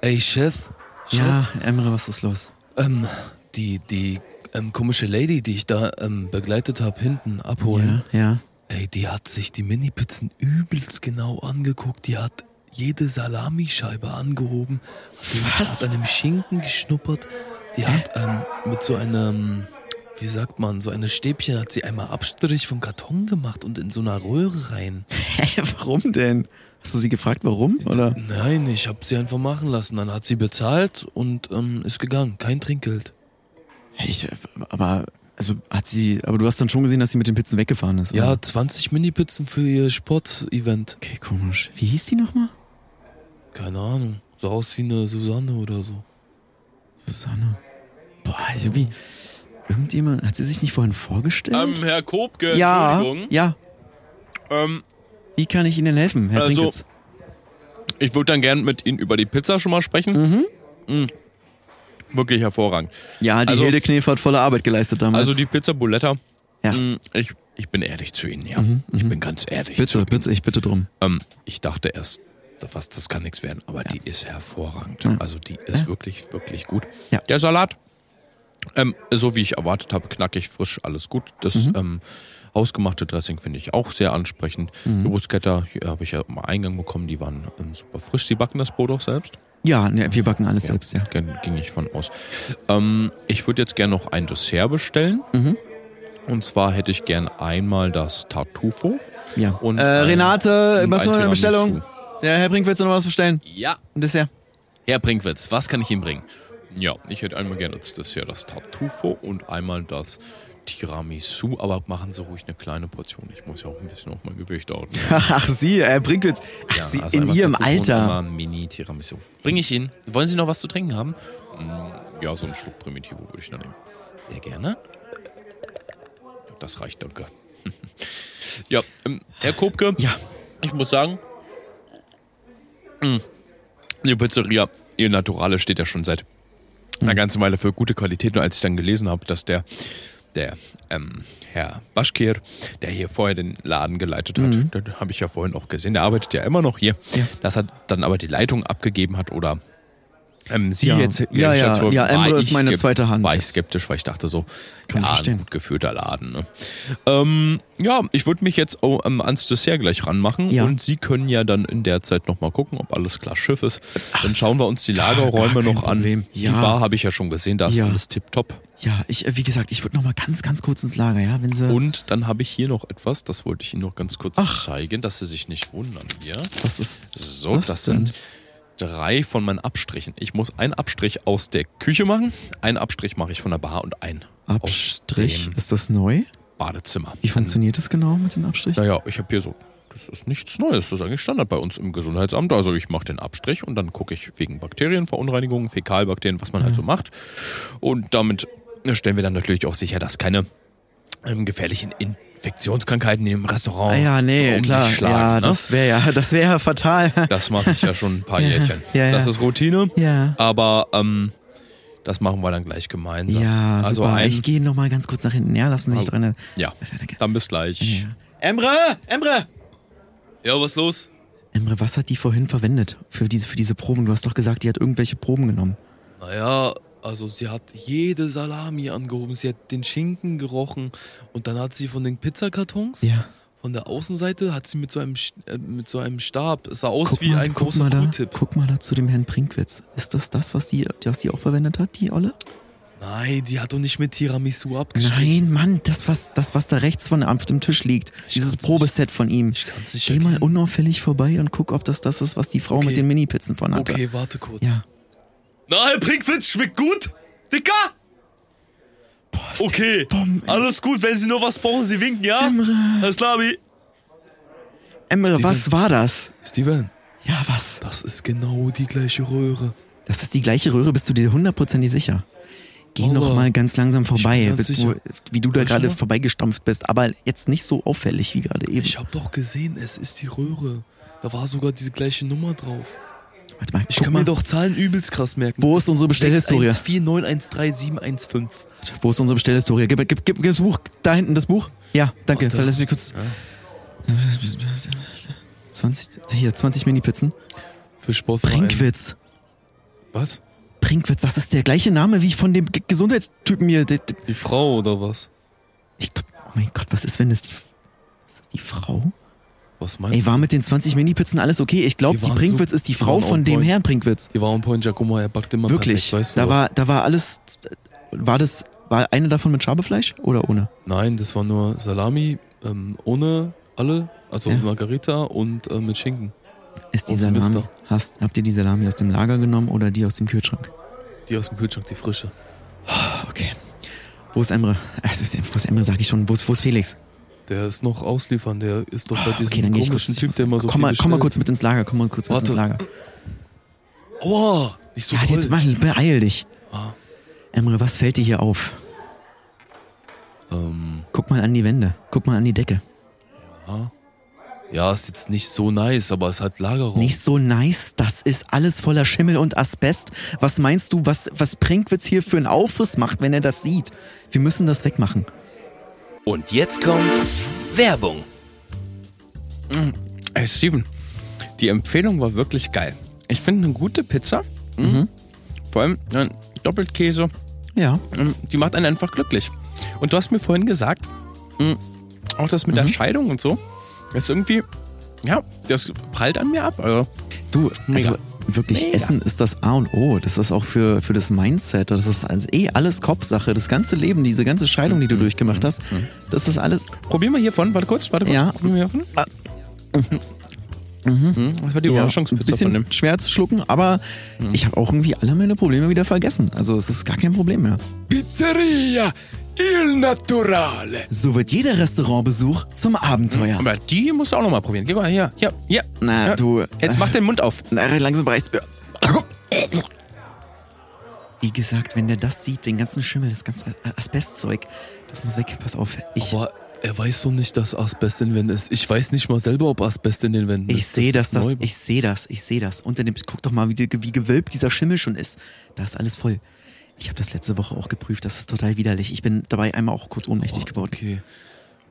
[SPEAKER 8] Ey, Chef,
[SPEAKER 2] Ja, Emre, was ist los?
[SPEAKER 8] ähm, die, die ähm, komische Lady, die ich da ähm, begleitet habe, hinten abholen,
[SPEAKER 2] Ja, (laughs) ja.
[SPEAKER 8] ey, die hat sich die Mini-Pizzen übelst genau angeguckt. Die hat jede Salamischeibe angehoben, die hat an dem Schinken geschnuppert, die hat ähm, mit so einem, wie sagt man, so einem Stäbchen hat sie einmal Abstrich vom Karton gemacht und in so einer Röhre rein.
[SPEAKER 2] Hä, warum denn? Hast du sie gefragt, warum? Oder?
[SPEAKER 8] Nein, ich habe sie einfach machen lassen. Dann hat sie bezahlt und ähm, ist gegangen. Kein Trinkgeld.
[SPEAKER 2] Ich, aber, also hat sie, aber du hast dann schon gesehen, dass sie mit den Pizzen weggefahren ist.
[SPEAKER 8] Ja,
[SPEAKER 2] oder?
[SPEAKER 8] 20 Mini-Pizzen für ihr Sportevent.
[SPEAKER 2] Okay, komisch. Wie hieß die nochmal?
[SPEAKER 8] Keine Ahnung. So aus wie eine Susanne oder so.
[SPEAKER 2] Susanne. Boah, also wie. Irgendjemand, hat sie sich nicht vorhin vorgestellt?
[SPEAKER 9] Ähm, Herr Kobke,
[SPEAKER 2] ja,
[SPEAKER 9] Entschuldigung.
[SPEAKER 2] ja.
[SPEAKER 9] Ähm,
[SPEAKER 2] Wie kann ich Ihnen helfen, Herr
[SPEAKER 9] Also-
[SPEAKER 2] Brinkitz?
[SPEAKER 9] ich würde dann gern mit Ihnen über die Pizza schon mal sprechen. Mhm. Wirklich hervorragend.
[SPEAKER 2] Ja, die
[SPEAKER 9] also-
[SPEAKER 2] Hilde Knef hat volle Arbeit geleistet damals.
[SPEAKER 9] Also die Pizza Buletta.
[SPEAKER 2] Ja. Mhm.
[SPEAKER 9] mh, Ich, ich bin ehrlich zu Ihnen, ja. Ich bin ganz ehrlich zu
[SPEAKER 2] bitte,
[SPEAKER 9] Ihnen.
[SPEAKER 2] bitte, ich bitte drum.
[SPEAKER 9] Ähm, ich dachte erst, was, das kann nichts werden, aber die ist hervorragend. Also die ist wirklich, wirklich gut.
[SPEAKER 2] Ja.
[SPEAKER 9] Der Salat, ähm, so wie ich erwartet habe, knackig, frisch, alles gut. Das ähm, hausgemachte Dressing finde ich auch sehr ansprechend. Die Bruschetta hier habe ich ja mal Eingang bekommen, die waren ähm, super frisch. Sie backen das Brot auch selbst?
[SPEAKER 2] Ja, ne, wir backen alles selbst, ja.
[SPEAKER 9] Ging, ging ich von aus. Ähm, ich würde jetzt gern noch ein Dessert bestellen. Und zwar hätte ich gern einmal das Tartufo.
[SPEAKER 2] ja.
[SPEAKER 9] Und
[SPEAKER 2] äh,
[SPEAKER 9] ein-
[SPEAKER 2] Renate,
[SPEAKER 9] und
[SPEAKER 2] was
[SPEAKER 9] ein
[SPEAKER 2] noch eine Bestellung?
[SPEAKER 9] Tiramisu.
[SPEAKER 2] Der Herr Brink, willst du noch was bestellen?
[SPEAKER 9] Ja, (laughs)
[SPEAKER 2] Ein Dessert.
[SPEAKER 9] Herr Brinkwitz, was kann ich Ihnen bringen? Ja, ich hätte einmal gerne das Dessert, das Tartufo und einmal das Tiramisu, aber machen Sie ruhig eine kleine Portion. Ich muss ja auch ein bisschen auf mein Gewicht achten.
[SPEAKER 2] Ach, Sie, Herr Brinkwitz. Ach,
[SPEAKER 9] Ja,
[SPEAKER 2] Sie,
[SPEAKER 9] also
[SPEAKER 2] in
[SPEAKER 9] einmal
[SPEAKER 2] Ihrem
[SPEAKER 9] Tartufo und
[SPEAKER 2] Alter.
[SPEAKER 9] einmal Mini-Tiramisu.
[SPEAKER 3] Bring ich ihn. Wollen Sie noch was zu trinken haben?
[SPEAKER 9] Ja, so ein Schluck Primitivo würde ich noch nehmen.
[SPEAKER 3] Sehr gerne.
[SPEAKER 9] Ja, Das reicht, danke. (laughs) ja, ähm, Herr Kopke,
[SPEAKER 2] Ja.
[SPEAKER 9] ich muss sagen, mh, die Pizzeria Il Naturale steht ja schon seit einer ganzen Weile für gute Qualität. Und als ich dann gelesen habe, dass der, der ähm, Herr Waschkehr, der hier vorher den Laden geleitet hat,
[SPEAKER 2] Mhm.
[SPEAKER 9] das habe ich ja vorhin auch gesehen, der arbeitet ja immer noch hier, dass er dann aber die Leitung abgegeben hat oder ähm, Sie
[SPEAKER 2] Ja.
[SPEAKER 9] jetzt
[SPEAKER 2] Ja,
[SPEAKER 9] Ihre
[SPEAKER 2] ja,
[SPEAKER 9] Geschäftsführung,
[SPEAKER 2] ja,
[SPEAKER 9] war
[SPEAKER 2] Emre ist
[SPEAKER 9] ich
[SPEAKER 2] meine
[SPEAKER 9] skep-
[SPEAKER 2] zweite Hand.
[SPEAKER 9] War ich skeptisch, weil ich dachte so,
[SPEAKER 2] Kann
[SPEAKER 9] ja,
[SPEAKER 2] ich verstehen.
[SPEAKER 9] ein gut geführter Laden. Ne? Ähm, ja, ich würde mich jetzt oh, ähm, ans Dessert gleich ranmachen
[SPEAKER 2] Ja.
[SPEAKER 9] und Sie können ja dann in der Zeit nochmal gucken, ob alles klar Schiff ist. Dann schauen wir uns die Lagerräume
[SPEAKER 2] gar kein
[SPEAKER 9] noch an.
[SPEAKER 2] Problem.
[SPEAKER 9] Die
[SPEAKER 2] Ja.
[SPEAKER 9] Bar habe ich ja schon gesehen, da ist
[SPEAKER 2] Ja.
[SPEAKER 9] alles tipptopp.
[SPEAKER 2] Ja, ich, äh, wie gesagt, ich würde noch mal ganz, ganz kurz ins Lager, ja? Wenn Sie.
[SPEAKER 9] Und dann habe ich hier noch etwas, das wollte ich Ihnen noch ganz kurz
[SPEAKER 2] Ach.
[SPEAKER 9] zeigen, dass Sie sich nicht wundern hier.
[SPEAKER 2] was ist.
[SPEAKER 9] So,
[SPEAKER 2] Was
[SPEAKER 9] das,
[SPEAKER 2] denn?
[SPEAKER 9] sind drei von meinen Abstrichen. Ich muss einen Abstrich aus der Küche machen, einen Abstrich mache ich von der Bar und einen aus
[SPEAKER 2] Abstrich.
[SPEAKER 9] dem Hm.
[SPEAKER 2] Ist das neu?
[SPEAKER 9] Badezimmer.
[SPEAKER 2] Wie funktioniert das genau mit dem Abstrich?
[SPEAKER 9] Naja, ich habe hier so. Das ist nichts Neues. Das ist eigentlich Standard bei uns im Gesundheitsamt. Also ich mache den Abstrich und dann gucke ich wegen Bakterienverunreinigungen, Fäkalbakterien, was man halt
[SPEAKER 2] Mhm.
[SPEAKER 9] so macht. Und damit stellen wir dann natürlich auch sicher, dass keine ähm, gefährlichen Infektionskrankheiten im Restaurant
[SPEAKER 2] Ah ja, nee,
[SPEAKER 9] um
[SPEAKER 2] klar.
[SPEAKER 9] sich schlagen.
[SPEAKER 2] ja,
[SPEAKER 9] ne?
[SPEAKER 2] das wäre ja, (laughs) das wäre ja fatal.
[SPEAKER 9] Das mache ich ja schon ein paar
[SPEAKER 2] (laughs) Ja,
[SPEAKER 9] Jährchen.
[SPEAKER 2] ja, ja.
[SPEAKER 9] Das ist Routine.
[SPEAKER 2] Ja.
[SPEAKER 9] Aber ähm, das machen wir dann gleich gemeinsam.
[SPEAKER 2] (laughs) Ja,
[SPEAKER 9] also
[SPEAKER 2] super.
[SPEAKER 9] Ein,
[SPEAKER 2] ich gehe noch mal ganz kurz nach hinten. Ja, lassen Sie sich
[SPEAKER 9] Also-
[SPEAKER 2] dran.
[SPEAKER 9] Ja,
[SPEAKER 2] Ja, danke.
[SPEAKER 9] dann bis gleich.
[SPEAKER 2] Emre, Emre!
[SPEAKER 8] Ja, was los?
[SPEAKER 2] Emre, was hat die vorhin verwendet für diese, für diese Proben? Du hast doch gesagt, die hat irgendwelche Proben genommen.
[SPEAKER 8] Naja, also sie hat jede Salami angehoben. Sie hat den Schinken gerochen. Und dann hat sie von den Pizzakartons,
[SPEAKER 2] Ja.
[SPEAKER 8] von der Außenseite, hat sie mit so einem, Sch- äh, mit so einem Stab, es sah aus
[SPEAKER 2] Guck
[SPEAKER 8] wie
[SPEAKER 2] mal,
[SPEAKER 8] ein
[SPEAKER 2] guck,
[SPEAKER 8] großer
[SPEAKER 2] mal da,
[SPEAKER 8] Q-Tipp.
[SPEAKER 2] guck mal da zu dem Herrn Prinkwitz. Ist das das, was die, was die auch verwendet hat, die Olle?
[SPEAKER 8] Nein, die hat doch nicht mit Tiramisu abgestrichen.
[SPEAKER 2] Nein, Mann, das was, das, was da rechts von auf dem Tisch liegt. dieses
[SPEAKER 8] kann's
[SPEAKER 2] Probeset von ihm.
[SPEAKER 8] Ich kann's nicht
[SPEAKER 2] Geh mal
[SPEAKER 8] erkennen.
[SPEAKER 2] unauffällig vorbei und guck, ob das das ist, was die Frau mit
[SPEAKER 8] Okay.
[SPEAKER 2] den Mini-Pizzen von hatte.
[SPEAKER 8] Okay, warte kurz.
[SPEAKER 2] Ja.
[SPEAKER 11] Äh,
[SPEAKER 8] Na, Herr Prinkwitz, schmeckt gut? Dicker?
[SPEAKER 11] Okay, alles gut, wenn Sie noch was brauchen, Sie winken, ja? Alles klar, Abi.
[SPEAKER 2] Emre, was war das?
[SPEAKER 3] Steven,
[SPEAKER 2] Ja, was?
[SPEAKER 3] das ist genau die gleiche Röhre.
[SPEAKER 2] Das ist die gleiche Röhre, bist du dir hundertprozentig sicher? Geh
[SPEAKER 3] Aua.
[SPEAKER 2] noch mal ganz langsam
[SPEAKER 3] Oh. Ich
[SPEAKER 2] vorbei,
[SPEAKER 3] bin ganz
[SPEAKER 2] bis du,
[SPEAKER 3] sicher.
[SPEAKER 2] wie du da
[SPEAKER 3] Hör schon
[SPEAKER 2] gerade
[SPEAKER 3] mal.
[SPEAKER 2] vorbeigestampft bist, aber jetzt nicht so auffällig wie gerade eben.
[SPEAKER 3] Ich hab doch gesehen, es ist die Röhre. Da war sogar diese gleiche Nummer drauf.
[SPEAKER 2] Warte mal,
[SPEAKER 3] Ich
[SPEAKER 2] guck
[SPEAKER 3] kann
[SPEAKER 2] mal,
[SPEAKER 3] mir doch Zahlen übelst krass merken.
[SPEAKER 2] wo ist unsere Bestellhistorie?
[SPEAKER 3] 614913715.
[SPEAKER 2] Wo ist unsere Bestellhistorie? Gib, gib, gib, gib das Buch, da hinten das Buch. Ja, danke,
[SPEAKER 3] Warte.
[SPEAKER 2] lass mich kurz... 20, hier, 20 Mini-Pizzen.
[SPEAKER 3] Für Sportverein.
[SPEAKER 2] Brinkwitz.
[SPEAKER 3] Was?
[SPEAKER 2] Brinkwitz, das ist der gleiche Name wie von dem G Gesundheitstypen hier. Der- der-
[SPEAKER 3] Die Frau oder was?
[SPEAKER 2] Ich glaub, oh mein Gott, was ist, wenn das die, ist das die Frau?
[SPEAKER 3] Was meinst
[SPEAKER 2] Ey,
[SPEAKER 3] du?
[SPEAKER 2] war mit den 20 Mini-Pizzen alles okay? Ich glaube,
[SPEAKER 3] Die
[SPEAKER 2] die
[SPEAKER 3] waren
[SPEAKER 2] Brinkwitz
[SPEAKER 3] so-
[SPEAKER 2] ist die
[SPEAKER 3] die
[SPEAKER 2] Frau
[SPEAKER 3] waren on
[SPEAKER 2] von dem
[SPEAKER 3] point.
[SPEAKER 2] Herrn Brinkwitz.
[SPEAKER 3] Die war on point, Giacomo, er backt immer
[SPEAKER 2] Wirklich.
[SPEAKER 3] perfekt, weißt du
[SPEAKER 2] da,
[SPEAKER 3] doch.
[SPEAKER 2] war, da war alles. War das. War eine davon mit Schabefleisch oder ohne?
[SPEAKER 3] Nein, das war nur Salami, ähm, ohne alle, also
[SPEAKER 2] Ja.
[SPEAKER 3] Margarita und äh, mit Schinken.
[SPEAKER 2] Ist die
[SPEAKER 3] Und
[SPEAKER 2] Salami.
[SPEAKER 3] Mister.
[SPEAKER 2] Hast, habt ihr die Salami aus dem Lager genommen oder die aus dem Kühlschrank?
[SPEAKER 3] Die aus dem Kühlschrank, die frische. Ah,
[SPEAKER 2] Okay. Wo ist Emre? (laughs) Also, wo ist Emre, sag ich schon. Wo ist, wo ist Felix?
[SPEAKER 3] Der ist noch ausliefern, der ist doch bei
[SPEAKER 2] Ah, Okay,
[SPEAKER 3] diesem
[SPEAKER 2] dann geh ich kurz.
[SPEAKER 3] komischen
[SPEAKER 2] ich
[SPEAKER 3] Typ,
[SPEAKER 2] muss-
[SPEAKER 3] der immer so
[SPEAKER 2] komm,
[SPEAKER 3] viel
[SPEAKER 2] mal, komm mal
[SPEAKER 3] bestellt.
[SPEAKER 2] kurz mit ins Lager. Komm mal kurz mit
[SPEAKER 3] Warte.
[SPEAKER 2] ins Lager.
[SPEAKER 3] Aua, nicht so
[SPEAKER 2] Ja,
[SPEAKER 3] toll.
[SPEAKER 2] jetzt mal, beeil dich.
[SPEAKER 3] Ah.
[SPEAKER 2] Emre, was fällt dir hier auf?
[SPEAKER 3] Ähm,
[SPEAKER 2] Guck mal an die Wände. Guck mal an die Decke.
[SPEAKER 3] ja, ist jetzt nicht so nice, aber es hat Lagerraum.
[SPEAKER 2] Nicht so nice, das ist alles voller Schimmel und Asbest. Was meinst du, was, was Prinkwitz hier für einen Aufriss macht, wenn er das sieht? Wir müssen das wegmachen.
[SPEAKER 12] Und jetzt kommt Werbung.
[SPEAKER 9] Ey, Steven, die Empfehlung war wirklich geil. Ich finde eine gute Pizza. Mhm. Vor allem äh, Doppelkäse.
[SPEAKER 2] Ja.
[SPEAKER 9] ähm, Die macht einen einfach glücklich. Und du hast mir vorhin gesagt, mh, auch das mit der
[SPEAKER 11] Mhm.
[SPEAKER 9] Scheidung und so, das ist irgendwie, ja, das prallt an mir ab. Also,
[SPEAKER 2] Du, also
[SPEAKER 9] Mega.
[SPEAKER 2] wirklich,
[SPEAKER 9] Mega.
[SPEAKER 2] Essen ist das A und O. Das ist auch für, für das Mindset. Das ist also eh alles Kopfsache. Das ganze Leben, diese ganze Scheidung, die du
[SPEAKER 9] Mhm.
[SPEAKER 2] durchgemacht hast, das ist alles.
[SPEAKER 9] probier mal hiervon, warte kurz, warte kurz.
[SPEAKER 2] Ja. Ah.
[SPEAKER 9] Probier mal hiervon. Mhm. Das war die
[SPEAKER 2] Ja, ein
[SPEAKER 9] Überraschungspizza von dem. Mhm.
[SPEAKER 2] bisschen schwer zu schlucken, aber ich habe auch irgendwie alle meine Probleme wieder vergessen. Also es ist gar kein Problem mehr.
[SPEAKER 13] Pizzeria Il Naturale.
[SPEAKER 2] So wird jeder Restaurantbesuch zum Abenteuer.
[SPEAKER 9] Aber die musst du auch nochmal probieren. Geh mal her, hier, hier.
[SPEAKER 2] Na,
[SPEAKER 9] Mhm. Ja.
[SPEAKER 2] du.
[SPEAKER 9] Jetzt mach den Mund auf.
[SPEAKER 2] Na, langsam reicht's. Wie gesagt, wenn der das sieht, den ganzen Schimmel, das ganze Asbestzeug, das muss weg. Pass auf, ich,
[SPEAKER 3] aber er weiß doch nicht, dass Asbest in den Wänden ist. Ich weiß nicht mal selber, ob Asbest in den Wänden
[SPEAKER 2] ich
[SPEAKER 3] ist.
[SPEAKER 2] sehe das,
[SPEAKER 3] ist
[SPEAKER 2] das,
[SPEAKER 3] neu.
[SPEAKER 2] ich sehe das, ich sehe das. Unter dem, guck doch mal, wie, die- wie gewölbt dieser Schimmel schon ist. Da ist alles voll. Ich habe das letzte Woche auch geprüft, das ist total widerlich. Ich bin dabei einmal auch kurz ohnmächtig geworden.
[SPEAKER 3] Okay.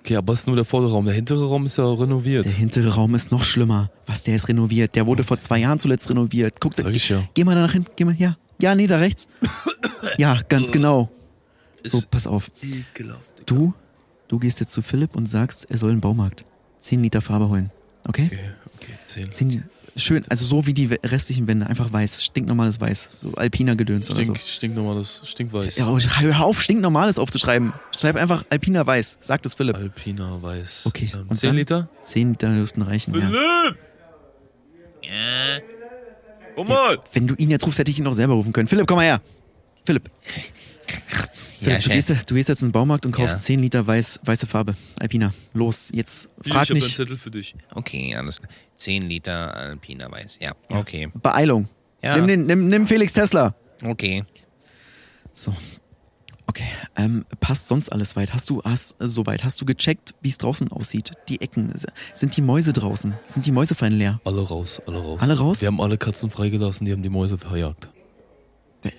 [SPEAKER 3] Okay, aber es ist nur der vordere Raum. Der hintere Raum ist ja renoviert.
[SPEAKER 2] Der hintere Raum ist noch schlimmer. Was, der ist renoviert. Der wurde vor zwei Jahren zuletzt renoviert. Guck,
[SPEAKER 3] Sag ich ja.
[SPEAKER 2] geh mal da nach hinten, geh mal, ja. Ja, nee, da rechts. Ja, ganz genau. So, pass auf.
[SPEAKER 3] Äh, Ekelhaft.
[SPEAKER 2] Du, du gehst jetzt zu Philipp und sagst, er soll einen Baumarkt. 10 Liter Farbe holen. Okay?
[SPEAKER 3] Okay, okay, zehn.
[SPEAKER 2] 10 Liter. Schön, also so wie die we- restlichen Wände, einfach weiß, stinknormales Weiß, so alpiner Gedöns oder so.
[SPEAKER 3] Stink, stinknormales, stinkweiß.
[SPEAKER 2] Ja, aber hör auf, stinknormales aufzuschreiben. Schreib einfach alpiner Weiß, sagt es Philipp.
[SPEAKER 3] Alpina weiß.
[SPEAKER 2] Okay,
[SPEAKER 3] Ähm,
[SPEAKER 2] und
[SPEAKER 3] 10
[SPEAKER 2] dann?
[SPEAKER 3] Liter?
[SPEAKER 2] 10 Liter dürften reichen. Ja.
[SPEAKER 11] Komm mal.
[SPEAKER 2] Wenn du ihn jetzt rufst, hätte ich ihn auch selber rufen können. Philipp, komm mal her. Philipp. Philipp, du,
[SPEAKER 9] Chef.
[SPEAKER 2] gehst, du gehst jetzt in den Baumarkt und kaufst
[SPEAKER 9] Ja.
[SPEAKER 2] 10 Liter weiß, weiße Farbe. Alpina, los, jetzt frag
[SPEAKER 3] ich hab einen
[SPEAKER 2] nicht.
[SPEAKER 3] Zettel für dich.
[SPEAKER 9] Okay, alles klar. 10 Liter Alpina Weiß. Ja, okay.
[SPEAKER 2] Beeilung.
[SPEAKER 9] Ja.
[SPEAKER 2] Nimm, den, nimm, nimm Felix Tesla.
[SPEAKER 9] Okay.
[SPEAKER 2] So. Okay, ähm, passt sonst alles weit? Hast du hast, äh, soweit? Hast du gecheckt, wie es draußen aussieht? Die Ecken. s- Sind die Mäuse draußen? Sind die Mäusefallen leer?
[SPEAKER 3] Alle raus, alle raus.
[SPEAKER 2] Alle raus?
[SPEAKER 3] Wir haben alle Katzen freigelassen, die haben die Mäuse verjagt.
[SPEAKER 2] Äh,